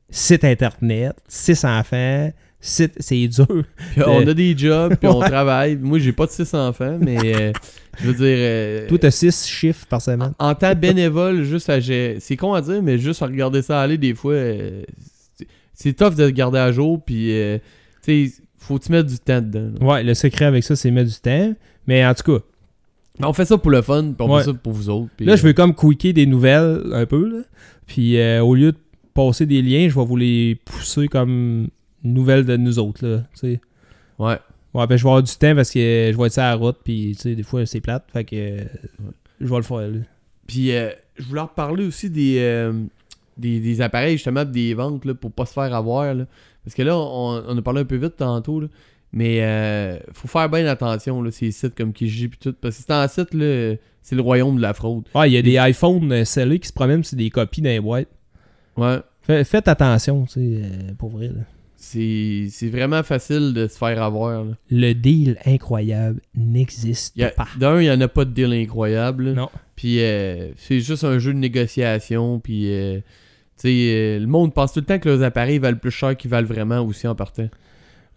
[SPEAKER 1] site internet, six enfants, c'est c'est dur.
[SPEAKER 2] Puis
[SPEAKER 1] euh,
[SPEAKER 2] on a des jobs, puis on travaille. Moi, j'ai pas de six enfants, mais euh, je veux dire. euh,
[SPEAKER 1] Toi, t'as 6 chiffres par semaine.
[SPEAKER 2] en en tant bénévole, juste à gérer. C'est con à dire, mais juste à regarder ça aller, des fois, euh, c'est- c'est tough de le garder à jour, puis, euh, tu sais, faut que tu mettre du temps dedans. là.
[SPEAKER 1] ah. Ouais, le secret avec ça, c'est mettre du temps. Mais en tout cas,
[SPEAKER 2] Mais on fait ça pour le fun, puis on
[SPEAKER 1] Ouais.
[SPEAKER 2] fait ça pour vous autres. puis,
[SPEAKER 1] là, je veux comme quicker des nouvelles un peu. là. Puis euh, au lieu de passer des liens, je vais vous les pousser comme nouvelles de nous autres. Là, tu sais.
[SPEAKER 2] euh, Ouais.
[SPEAKER 1] ouais, ben, je vais avoir du temps parce que euh, je vais être sur la route. Puis tu sais, des fois, c'est plate. Fait que euh, je vais le faire. là.
[SPEAKER 2] Puis, euh, je voulais reparler aussi des, euh, des, des appareils, justement, puis des ventes, là, pour pas se faire avoir, là. Parce que là, on, on a parlé un peu vite tantôt, là. Mais euh, faut faire bien attention, là, ces sites comme Kijiji puis tout. Parce que c'est un site, là, c'est le royaume de la fraude.
[SPEAKER 1] Ouais, il y a des iPhones euh, scellés qui se promènent sur des copies dans les boîtes.
[SPEAKER 2] Ouais.
[SPEAKER 1] Fait- faites attention, tu sais, euh, pour vrai. là.
[SPEAKER 2] C'est c'est vraiment facile de se faire avoir. là.
[SPEAKER 1] Le deal incroyable n'existe
[SPEAKER 2] Y a-
[SPEAKER 1] pas.
[SPEAKER 2] D'un, il n'y en a pas de deal incroyable. là.
[SPEAKER 1] Non.
[SPEAKER 2] Puis euh, c'est juste un jeu de négociation. Puis euh, tu sais, euh, le monde pense tout le temps que leurs appareils valent plus cher qu'ils valent vraiment aussi en partant.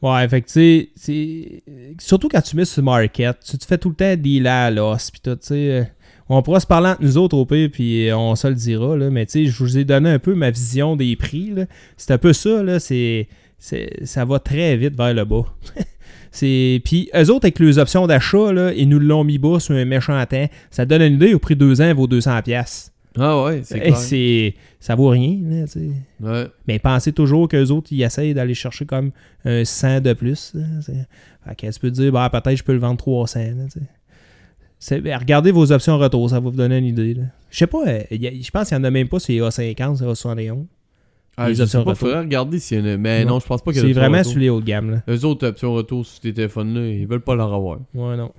[SPEAKER 1] Ouais, fait que tu sais, c'est- surtout quand tu mets sur le market, tu te fais tout le temps des là à l'os, pis tout, tu sais. euh, On pourra se parler entre nous autres au pire, puis on se le dira, là, mais tu sais, je vous ai donné un peu ma vision des prix, là. C'est un peu ça, là, c'est... c'est- Ça va très vite vers le bas. c'est... Puis eux autres, avec les options d'achat, là, ils nous l'ont mis bas sur un méchant temps. Ça donne une idée, au prix de deux ans, il vaut 200$. piastres.
[SPEAKER 2] Ah ouais, c'est
[SPEAKER 1] Hey,
[SPEAKER 2] clair.
[SPEAKER 1] c'est... Ça vaut rien, là, tu sais.
[SPEAKER 2] Ouais.
[SPEAKER 1] Mais pensez toujours qu'eux autres, ils essayent d'aller chercher comme un 100 de plus. hein, c'est- Fait que tu peux te dire, bah, peut-être je peux le vendre 300. là, tu sais. C'est- ben, regardez vos options retour, ça va vous donner une idée. là. Je sais pas, euh, y a- je pense qu'il n'y en a même pas sur les A50, sur les A71.
[SPEAKER 2] Ah,
[SPEAKER 1] Les
[SPEAKER 2] je
[SPEAKER 1] options
[SPEAKER 2] sais pas,
[SPEAKER 1] retour.
[SPEAKER 2] faudrait regarder s'il y en a. Mais
[SPEAKER 1] Non.
[SPEAKER 2] non, je pense pas qu'il y a
[SPEAKER 1] C'est vraiment
[SPEAKER 2] d'options
[SPEAKER 1] sur les hauts de gamme. Là.
[SPEAKER 2] retour. Eux autres, options retour sur tes téléphones-là, ils veulent pas leur avoir.
[SPEAKER 1] Ouais, non.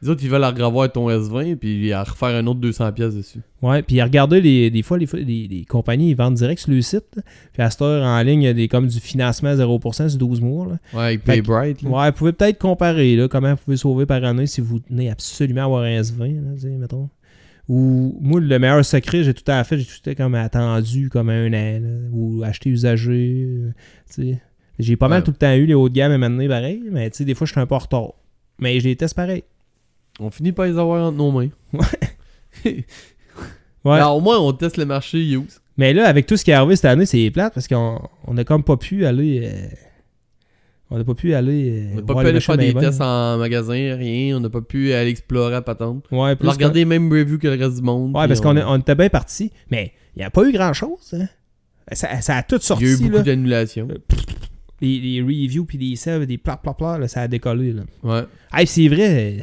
[SPEAKER 2] Les autres, ils veulent revoir ton S20 puis à refaire un autre 200$ piastres dessus.
[SPEAKER 1] Ouais, puis regardez, les, des fois, les, les- les compagnies, ils vendent direct sur le site. là. Puis à cette heure, en ligne, il y a des, comme du financement à 0% sur 12 mois. là.
[SPEAKER 2] Ouais, avec
[SPEAKER 1] Fait que-
[SPEAKER 2] Paybright. là.
[SPEAKER 1] Ouais, vous pouvez peut-être comparer là, comment vous pouvez sauver par année si vous tenez absolument à avoir un S20, là, tu sais, mettons. Ou moi, le meilleur secret, j'ai tout à fait, j'ai tout à fait comme attendu comme un an, là, ou acheté usagé. euh, tu sais. J'ai pas mal
[SPEAKER 2] Ouais.
[SPEAKER 1] tout le temps eu les hauts de gamme à m'amener pareil, mais tu sais, des fois, je suis un peu en retard. Mais je les teste pareil.
[SPEAKER 2] On finit par les avoir entre nos mains.
[SPEAKER 1] Ouais.
[SPEAKER 2] Alors, au moins, on teste le marché use.
[SPEAKER 1] Mais là, avec tout ce qui est arrivé cette année, c'est plate parce qu'on on a comme pas pu aller. euh, on n'a pas pu aller. euh,
[SPEAKER 2] On n'a pas
[SPEAKER 1] voir les
[SPEAKER 2] pu aller
[SPEAKER 1] machines
[SPEAKER 2] faire des
[SPEAKER 1] bien bonnes.
[SPEAKER 2] tests en magasin, rien. On n'a pas pu aller explorer à patente.
[SPEAKER 1] Ouais,
[SPEAKER 2] On
[SPEAKER 1] plus
[SPEAKER 2] a regardé les mêmes reviews que le reste du monde.
[SPEAKER 1] Ouais,
[SPEAKER 2] puis
[SPEAKER 1] parce qu'on
[SPEAKER 2] on-
[SPEAKER 1] est- on était bien parti, mais il n'y a pas eu grand-chose. hein. Ça, ça a tout sorti.
[SPEAKER 2] Il y a eu
[SPEAKER 1] là. Euh,
[SPEAKER 2] beaucoup d'annulations.
[SPEAKER 1] les, les reviews, puis les sèves, des plats, plats, plats, là, ça a décollé. Là.
[SPEAKER 2] Ouais.
[SPEAKER 1] Hey, c'est vrai,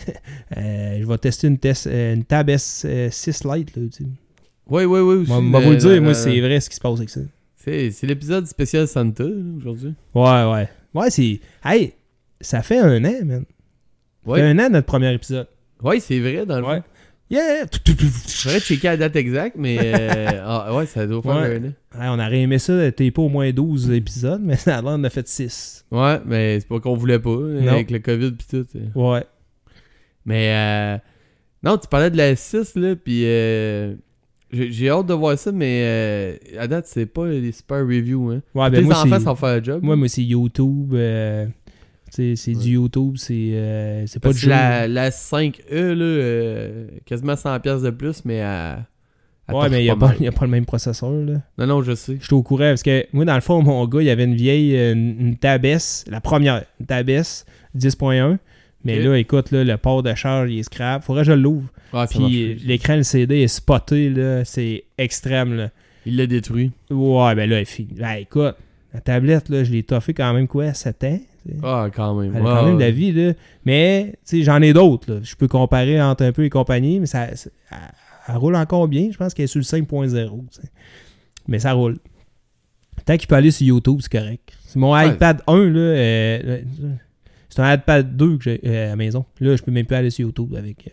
[SPEAKER 1] euh, je vais tester une, test, euh, une Tab S6 Lite. Là, tu sais.
[SPEAKER 2] Ouais, ouais, ouais. aussi, euh,
[SPEAKER 1] Moi, moi,
[SPEAKER 2] la-
[SPEAKER 1] vous le
[SPEAKER 2] la-
[SPEAKER 1] dire, moi,
[SPEAKER 2] la-
[SPEAKER 1] c'est vrai ce qui se passe avec ça.
[SPEAKER 2] C'est c'est l'épisode spécial Santa là, aujourd'hui.
[SPEAKER 1] Ouais, ouais. Ouais, c'est. Hey, ça fait un an, man. Ça
[SPEAKER 2] Ouais.
[SPEAKER 1] fait un an notre premier épisode.
[SPEAKER 2] Ouais, c'est vrai, dans le
[SPEAKER 1] Ouais.
[SPEAKER 2] fond.
[SPEAKER 1] Yeah!
[SPEAKER 2] Faudrait checker la date exacte, mais. euh, ah, ouais, ça doit faire
[SPEAKER 1] Ouais.
[SPEAKER 2] un an.
[SPEAKER 1] Hey, on aurait aimé ça, t'es pas au moins 12 épisodes, mais ça a l'air, on a fait 6.
[SPEAKER 2] Ouais, mais c'est pas qu'on voulait pas, hein,
[SPEAKER 1] Non.
[SPEAKER 2] avec le COVID pis tout. hein.
[SPEAKER 1] Ouais.
[SPEAKER 2] Mais euh, non, tu parlais de la 6 là, puis euh, j'ai j'ai hâte de voir ça, mais euh, à date, c'est pas des super reviews. Hein.
[SPEAKER 1] Ouais, ben
[SPEAKER 2] Tes
[SPEAKER 1] moi,
[SPEAKER 2] enfants
[SPEAKER 1] c'est-
[SPEAKER 2] s'en faire le job.
[SPEAKER 1] Moi, moi c'est YouTube. euh, tu sais, c'est du YouTube, c'est euh, c'est pas
[SPEAKER 2] Parce
[SPEAKER 1] du
[SPEAKER 2] que
[SPEAKER 1] jeu.
[SPEAKER 2] la, la 5E, là, euh, quasiment 100$ de plus, mais euh, à.
[SPEAKER 1] Ouais, mais il n'y a, pas- y a pas le même processeur. Là.
[SPEAKER 2] Non, non, je sais.
[SPEAKER 1] Je suis au courant parce que moi, dans le fond, mon gars, il avait une vieille, euh, une, une Tab S, la première, une Tab S 10.1. Mais
[SPEAKER 2] Ok.
[SPEAKER 1] là, écoute, là, le port de charge, il est scrap. Faudrait que je l'ouvre.
[SPEAKER 2] Ouais, Ah, ça
[SPEAKER 1] Puis
[SPEAKER 2] marche.
[SPEAKER 1] l'écran, le CD est spoté, là. C'est extrême, là.
[SPEAKER 2] Il l'a détruit.
[SPEAKER 1] Ouais, ben là, il finit. Ben, écoute, la tablette, là, je l'ai toffée quand même, quoi, 7 ans. tu sais.
[SPEAKER 2] Ah, quand même.
[SPEAKER 1] Elle a
[SPEAKER 2] Ouais,
[SPEAKER 1] quand même de la
[SPEAKER 2] ouais.
[SPEAKER 1] vie, là. Mais, tu sais, j'en ai d'autres, là. Je peux comparer entre un peu et compagnie, mais ça, ça- elle, elle roule encore bien. Je pense qu'elle est sur le 5.0, tu sais. Mais ça roule. Tant qu'il peut aller sur YouTube, c'est correct. C'est mon
[SPEAKER 2] Ouais.
[SPEAKER 1] iPad 1, là. euh, euh, c'est un iPad 2 que j'ai euh, à la maison. Là, je peux même plus aller sur YouTube avec. euh,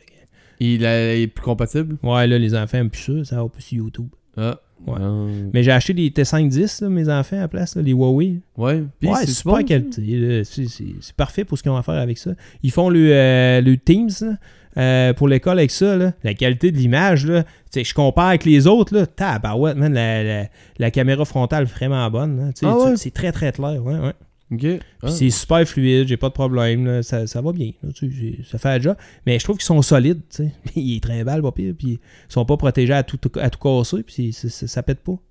[SPEAKER 2] Il, a- il est plus compatible.
[SPEAKER 1] Ouais, là, les enfants aiment plus ça. Ça va plus sur YouTube.
[SPEAKER 2] Ah.
[SPEAKER 1] Ouais.
[SPEAKER 2] Non.
[SPEAKER 1] Mais j'ai acheté des T510, là, mes enfants, à la place, là, les Huawei.
[SPEAKER 2] Ouais. Puis
[SPEAKER 1] ouais, c'est
[SPEAKER 2] c'est
[SPEAKER 1] super
[SPEAKER 2] bon,
[SPEAKER 1] qualité. là. C'est- C'est c'est parfait pour ce qu'ils ont à faire avec ça. Ils font le, euh, le Teams là, euh, pour l'école avec ça. là. La qualité de l'image, là. Tu sais, je compare avec les autres. Là. Tabarouette, man, la, la- la caméra frontale vraiment bonne. là. Tu sais,
[SPEAKER 2] Ah
[SPEAKER 1] tu-
[SPEAKER 2] ouais?
[SPEAKER 1] C'est très, très clair. ouais, ouais.
[SPEAKER 2] Ok. Ah.
[SPEAKER 1] Puis c'est super fluide, j'ai pas de problème, là, ça, ça va bien. là, tu sais, j'ai- ça fait la job. Mais je trouve qu'ils sont solides, tu sais. Ils trimballent, pas pire, puis ils sont pas protégés à tout, à tout casser, puis c'est- c'est- ça pète pas.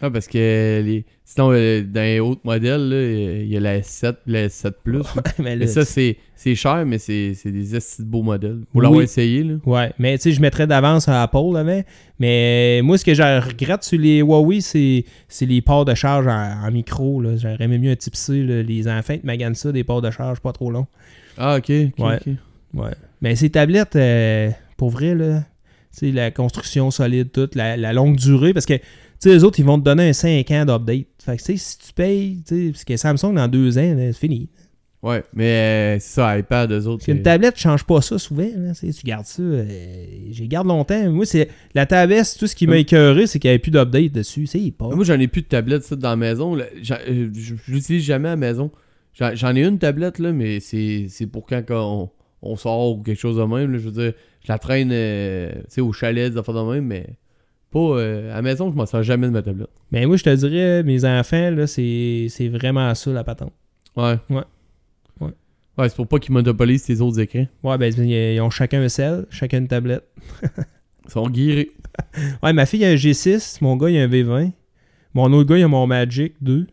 [SPEAKER 2] Ah, parce que les... sinon, euh, dans les autres modèles, là, il y a la S7 puis la S7 Plus.
[SPEAKER 1] mais
[SPEAKER 2] Mais
[SPEAKER 1] là,
[SPEAKER 2] ça, c'est c'est cher, mais c'est c'est des esti de beaux modèles. Vous
[SPEAKER 1] Oui.
[SPEAKER 2] l'avoir essayé, là?
[SPEAKER 1] Ouais, mais tu sais, je mettrais d'avance à Apple, là, mais, mais euh, moi, ce que je regrette sur les Huawei, c'est c'est les ports de charge en, en micro. là. J'aurais aimé mieux un type C, là. les enfants te maganent ça, des ports de charge pas trop longs.
[SPEAKER 2] Ah, ok. ok,
[SPEAKER 1] Ouais.
[SPEAKER 2] ok.
[SPEAKER 1] Ouais. Mais ces tablettes, euh, pour vrai, là, tu sais, la construction solide, toute la, la longue durée, parce que tu sais, les autres, ils vont te donner un 5 ans d'update. Fait que tu sais, si tu payes, tu sais, parce que Samsung, dans deux ans, là, c'est fini.
[SPEAKER 2] Ouais, mais euh, c'est ça, iPad, eux autres.
[SPEAKER 1] Parce qu'une
[SPEAKER 2] c'est-
[SPEAKER 1] tablette, tu changes pas ça souvent. là. Tu sais, tu gardes ça. euh, je les garde longtemps. Moi, c'est la tablette, tout ce qui m'a
[SPEAKER 2] Hum.
[SPEAKER 1] écœuré, c'est qu'il n'y avait plus d'update dessus. C'est il part.
[SPEAKER 2] Moi, j'en ai plus de tablette ça, dans la maison. là. J'en- euh, Je je l'utilise jamais à la maison. J'en j'en ai une tablette, là, mais c'est c'est pour quand, on, on sort ou quelque chose de même. là. Je veux dire, je la traîne euh, tu sais, au chalet, des affaires de même, mais pas euh, à la maison, je m'en sers jamais de ma tablette.
[SPEAKER 1] Mais moi, je te dirais, mes enfants, là, c'est c'est vraiment ça la patente.
[SPEAKER 2] Ouais.
[SPEAKER 1] Ouais. Ouais.
[SPEAKER 2] Ouais, c'est pour pas qu'ils monopolisent tes autres écrans.
[SPEAKER 1] Ouais, ben, ils ils ont chacun un sel, chacun une tablette.
[SPEAKER 2] Ils sont guéris.
[SPEAKER 1] Ouais, ma fille a un G6, mon gars il a un V20. Mon autre gars il a mon Magic 2.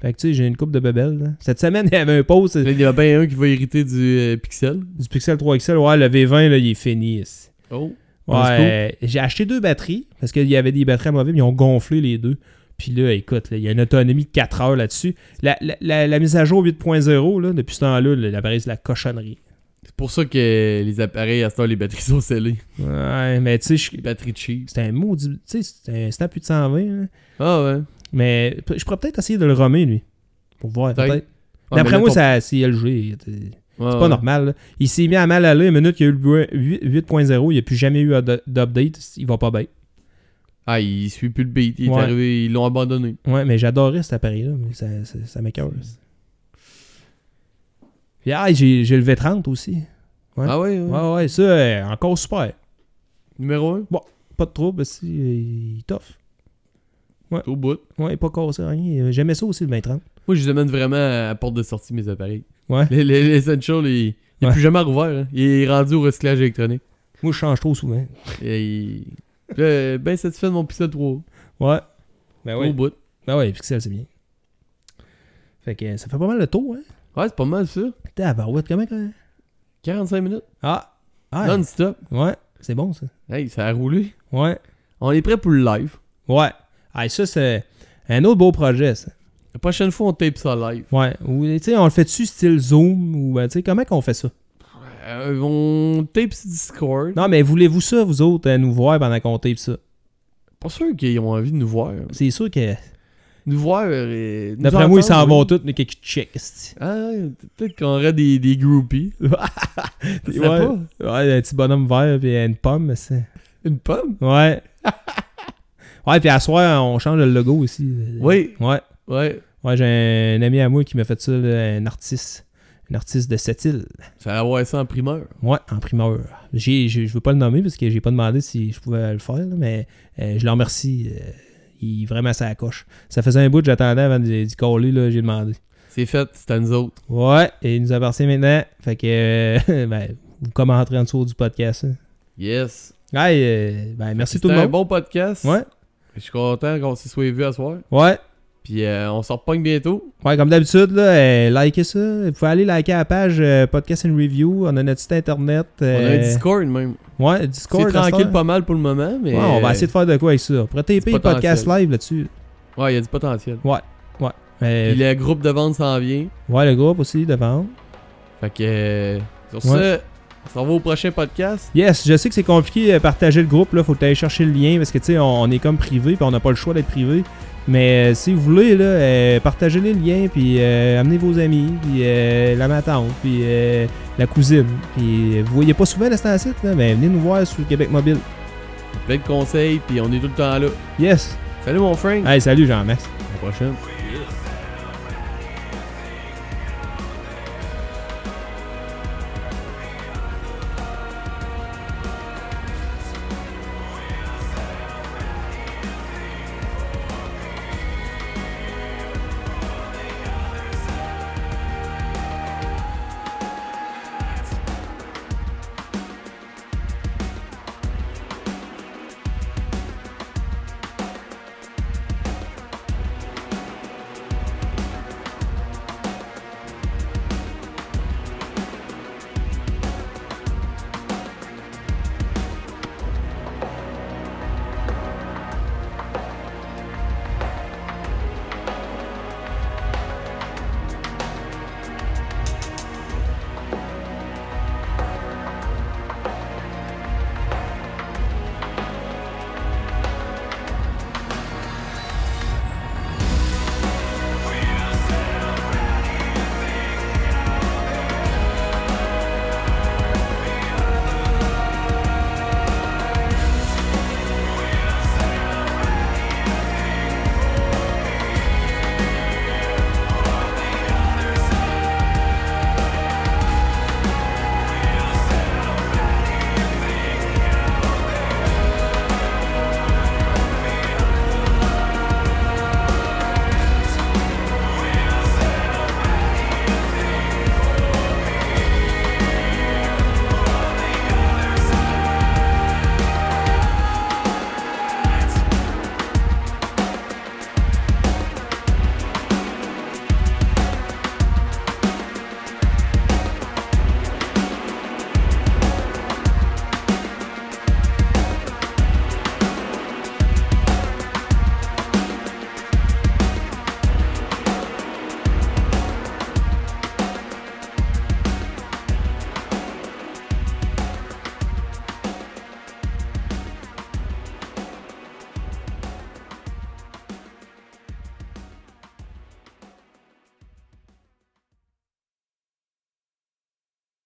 [SPEAKER 1] Fait que tu sais, j'ai une coupe de bebelles. là. Cette semaine, il y avait un pause
[SPEAKER 2] Là,
[SPEAKER 1] c'est
[SPEAKER 2] Il y en a bien un qui va hériter du euh, Pixel.
[SPEAKER 1] du Pixel 3 XL. Ouais, le V20, là, il est fini. ici.
[SPEAKER 2] Oh.
[SPEAKER 1] Ouais, euh, j'ai acheté deux batteries parce qu'il y avait des batteries à mauvais, mais ils ont gonflé les deux. Puis là, écoute, là, il y a une autonomie de 4 heures là-dessus. La, la- la- la mise à jour 8.0, là, depuis ce temps-là, là, l'appareil, c'est la cochonnerie.
[SPEAKER 2] C'est pour ça que les appareils à ce temps, les batteries sont scellées.
[SPEAKER 1] Ouais, mais tu sais, je-
[SPEAKER 2] Les batteries cheap.
[SPEAKER 1] c'était un maudit. Tu sais, c'était un snap 820. là.
[SPEAKER 2] Ah ouais.
[SPEAKER 1] Mais p- je pourrais peut-être essayer de le romer, lui. Pour voir,
[SPEAKER 2] Peut-être.
[SPEAKER 1] peut-être.
[SPEAKER 2] Ouais, mais
[SPEAKER 1] D'après
[SPEAKER 2] là,
[SPEAKER 1] moi,
[SPEAKER 2] ton-
[SPEAKER 1] ça c'est LG. C'est
[SPEAKER 2] Ouais,
[SPEAKER 1] pas
[SPEAKER 2] ouais.
[SPEAKER 1] normal. là. Il s'est mis à mal aller. Une minute qu'il y a eu le bruit- huit- 8.0, il n'y a plus jamais eu ad- d'update. Il va pas bien.
[SPEAKER 2] Ah, il suit plus le beat. Il est
[SPEAKER 1] Ouais.
[SPEAKER 2] arrivé, ils l'ont abandonné.
[SPEAKER 1] Ouais, mais j'adorais cet appareil-là. Mais ça, ça, ça m'écoeure. Puis, ah, j'ai j'ai le V30 aussi. Ouais.
[SPEAKER 2] Ah ouais, ouais.
[SPEAKER 1] Ouais, ouais, ça, euh, encore super.
[SPEAKER 2] Numéro 1.
[SPEAKER 1] Pas de trouble, si, euh, il est tough.
[SPEAKER 2] Au bout.
[SPEAKER 1] Ouais, pas cassé, rien. Euh, J'aimais ça aussi, le 2030.
[SPEAKER 2] Moi, je les amène vraiment à la porte de sortie, mes appareils.
[SPEAKER 1] Ouais.
[SPEAKER 2] Les, les, les Essentials, il, il est
[SPEAKER 1] Ouais.
[SPEAKER 2] plus jamais rouvert. hein. Il est rendu au recyclage électronique.
[SPEAKER 1] Moi, je change trop souvent.
[SPEAKER 2] Et il... Puis là, ben satisfait de mon Pixel 3.
[SPEAKER 1] Ouais. Ben
[SPEAKER 2] Au bout.
[SPEAKER 1] Ben ouais, Pixel, c'est bien. Fait que euh, ça fait pas mal le tour, hein.
[SPEAKER 2] Ouais, c'est pas mal ça.
[SPEAKER 1] T'es à Barouette, comment, quand
[SPEAKER 2] 45 minutes.
[SPEAKER 1] Ah! Ah!
[SPEAKER 2] Non-stop.
[SPEAKER 1] Ouais, c'est bon, ça.
[SPEAKER 2] Hey, ça a roulé.
[SPEAKER 1] Ouais.
[SPEAKER 2] On est prêt pour le live.
[SPEAKER 1] Ouais. Ah, ça, c'est un autre beau projet, ça.
[SPEAKER 2] La prochaine fois, on tape ça live.
[SPEAKER 1] Ouais. Ou, tu sais, on le fait-tu style Zoom ou, ben, tu sais, comment qu'on fait ça?
[SPEAKER 2] Euh, on tape sur Discord.
[SPEAKER 1] Non, mais voulez-vous ça, vous autres, euh, nous voir pendant qu'on tape ça?
[SPEAKER 2] Pas sûr qu'ils ont envie de nous voir.
[SPEAKER 1] C'est sûr que,
[SPEAKER 2] Nous voir. euh, nous
[SPEAKER 1] d'après moi, ils s'en
[SPEAKER 2] entendre,
[SPEAKER 1] vont
[SPEAKER 2] oui.
[SPEAKER 1] tous, mais quelques checks, esti.
[SPEAKER 2] Ah, ouais, peut-être qu'on aurait des, des groupies. Je sais
[SPEAKER 1] ouais.
[SPEAKER 2] pas.
[SPEAKER 1] Ouais, un petit bonhomme vert et une pomme, c'est.
[SPEAKER 2] Une pomme?
[SPEAKER 1] Ouais. ouais, puis à soir, on change le logo aussi.
[SPEAKER 2] Oui.
[SPEAKER 1] Ouais.
[SPEAKER 2] Ouais.
[SPEAKER 1] Ouais, j'ai un ami à moi qui m'a fait ça, là, un artiste. Un artiste de cette île.
[SPEAKER 2] Ça va avoir ça en primeur.
[SPEAKER 1] Ouais, en primeur. J'ai, j'ai- je veux pas le nommer parce que j'ai pas demandé si je pouvais le faire, là, mais euh, je le remercie. euh, il est vraiment sa coche. Ça faisait un bout que j'attendais avant d'y d'y coller, là, j'ai demandé.
[SPEAKER 2] C'est fait, c'est à nous autres.
[SPEAKER 1] Ouais, et il nous appartient maintenant. Fait que, euh, ben, vous commenterez en dessous du podcast. hein.
[SPEAKER 2] Yes.
[SPEAKER 1] Ouais, euh, ben, merci tout
[SPEAKER 2] C'était
[SPEAKER 1] le
[SPEAKER 2] un
[SPEAKER 1] monde.
[SPEAKER 2] bon podcast.
[SPEAKER 1] Ouais,
[SPEAKER 2] Je suis content qu'on s'y soit vu à soir.
[SPEAKER 1] ouais.
[SPEAKER 2] Puis euh, on se repogne bientôt.
[SPEAKER 1] Ouais, comme d'habitude, là, euh, likez ça. Vous pouvez aller liker la page euh, Podcast and Review. On a notre site internet.
[SPEAKER 2] On a
[SPEAKER 1] euh,
[SPEAKER 2] un Discord même.
[SPEAKER 1] Ouais,
[SPEAKER 2] C'est
[SPEAKER 1] Discord. à cette
[SPEAKER 2] tranquille
[SPEAKER 1] heure.
[SPEAKER 2] pas Euh, mal pour le moment, mais.
[SPEAKER 1] Ouais, on va essayer de faire de quoi avec ça. Pour TP
[SPEAKER 2] du
[SPEAKER 1] podcast live là-dessus.
[SPEAKER 2] Ouais, il y a du potentiel.
[SPEAKER 1] Euh,
[SPEAKER 2] Puis le groupe de vente s'en vient.
[SPEAKER 1] Ouais, le groupe aussi de vente.
[SPEAKER 2] Fait que. euh, Sur
[SPEAKER 1] Ouais.
[SPEAKER 2] ce, on s'en va au prochain podcast.
[SPEAKER 1] Yes, je sais que c'est compliqué euh, partager le groupe. Là, faut que tu ailles chercher le lien parce que tu sais, on, on est comme privé puis on n'a pas le choix d'être privé. Mais euh, si vous voulez, là, euh, partagez les liens puis euh, amenez vos amis puis euh, la matante puis euh, la cousine. Puis euh, vous voyez pas souvent l'instant site, là, mais venez nous voir sur Québec Mobile.
[SPEAKER 2] Plein de conseils, puis on est tout le temps là.
[SPEAKER 1] Yes.
[SPEAKER 2] Salut mon Frank.
[SPEAKER 1] Hey, salut Jean-Max.
[SPEAKER 2] À la prochaine.
[SPEAKER 3] Wait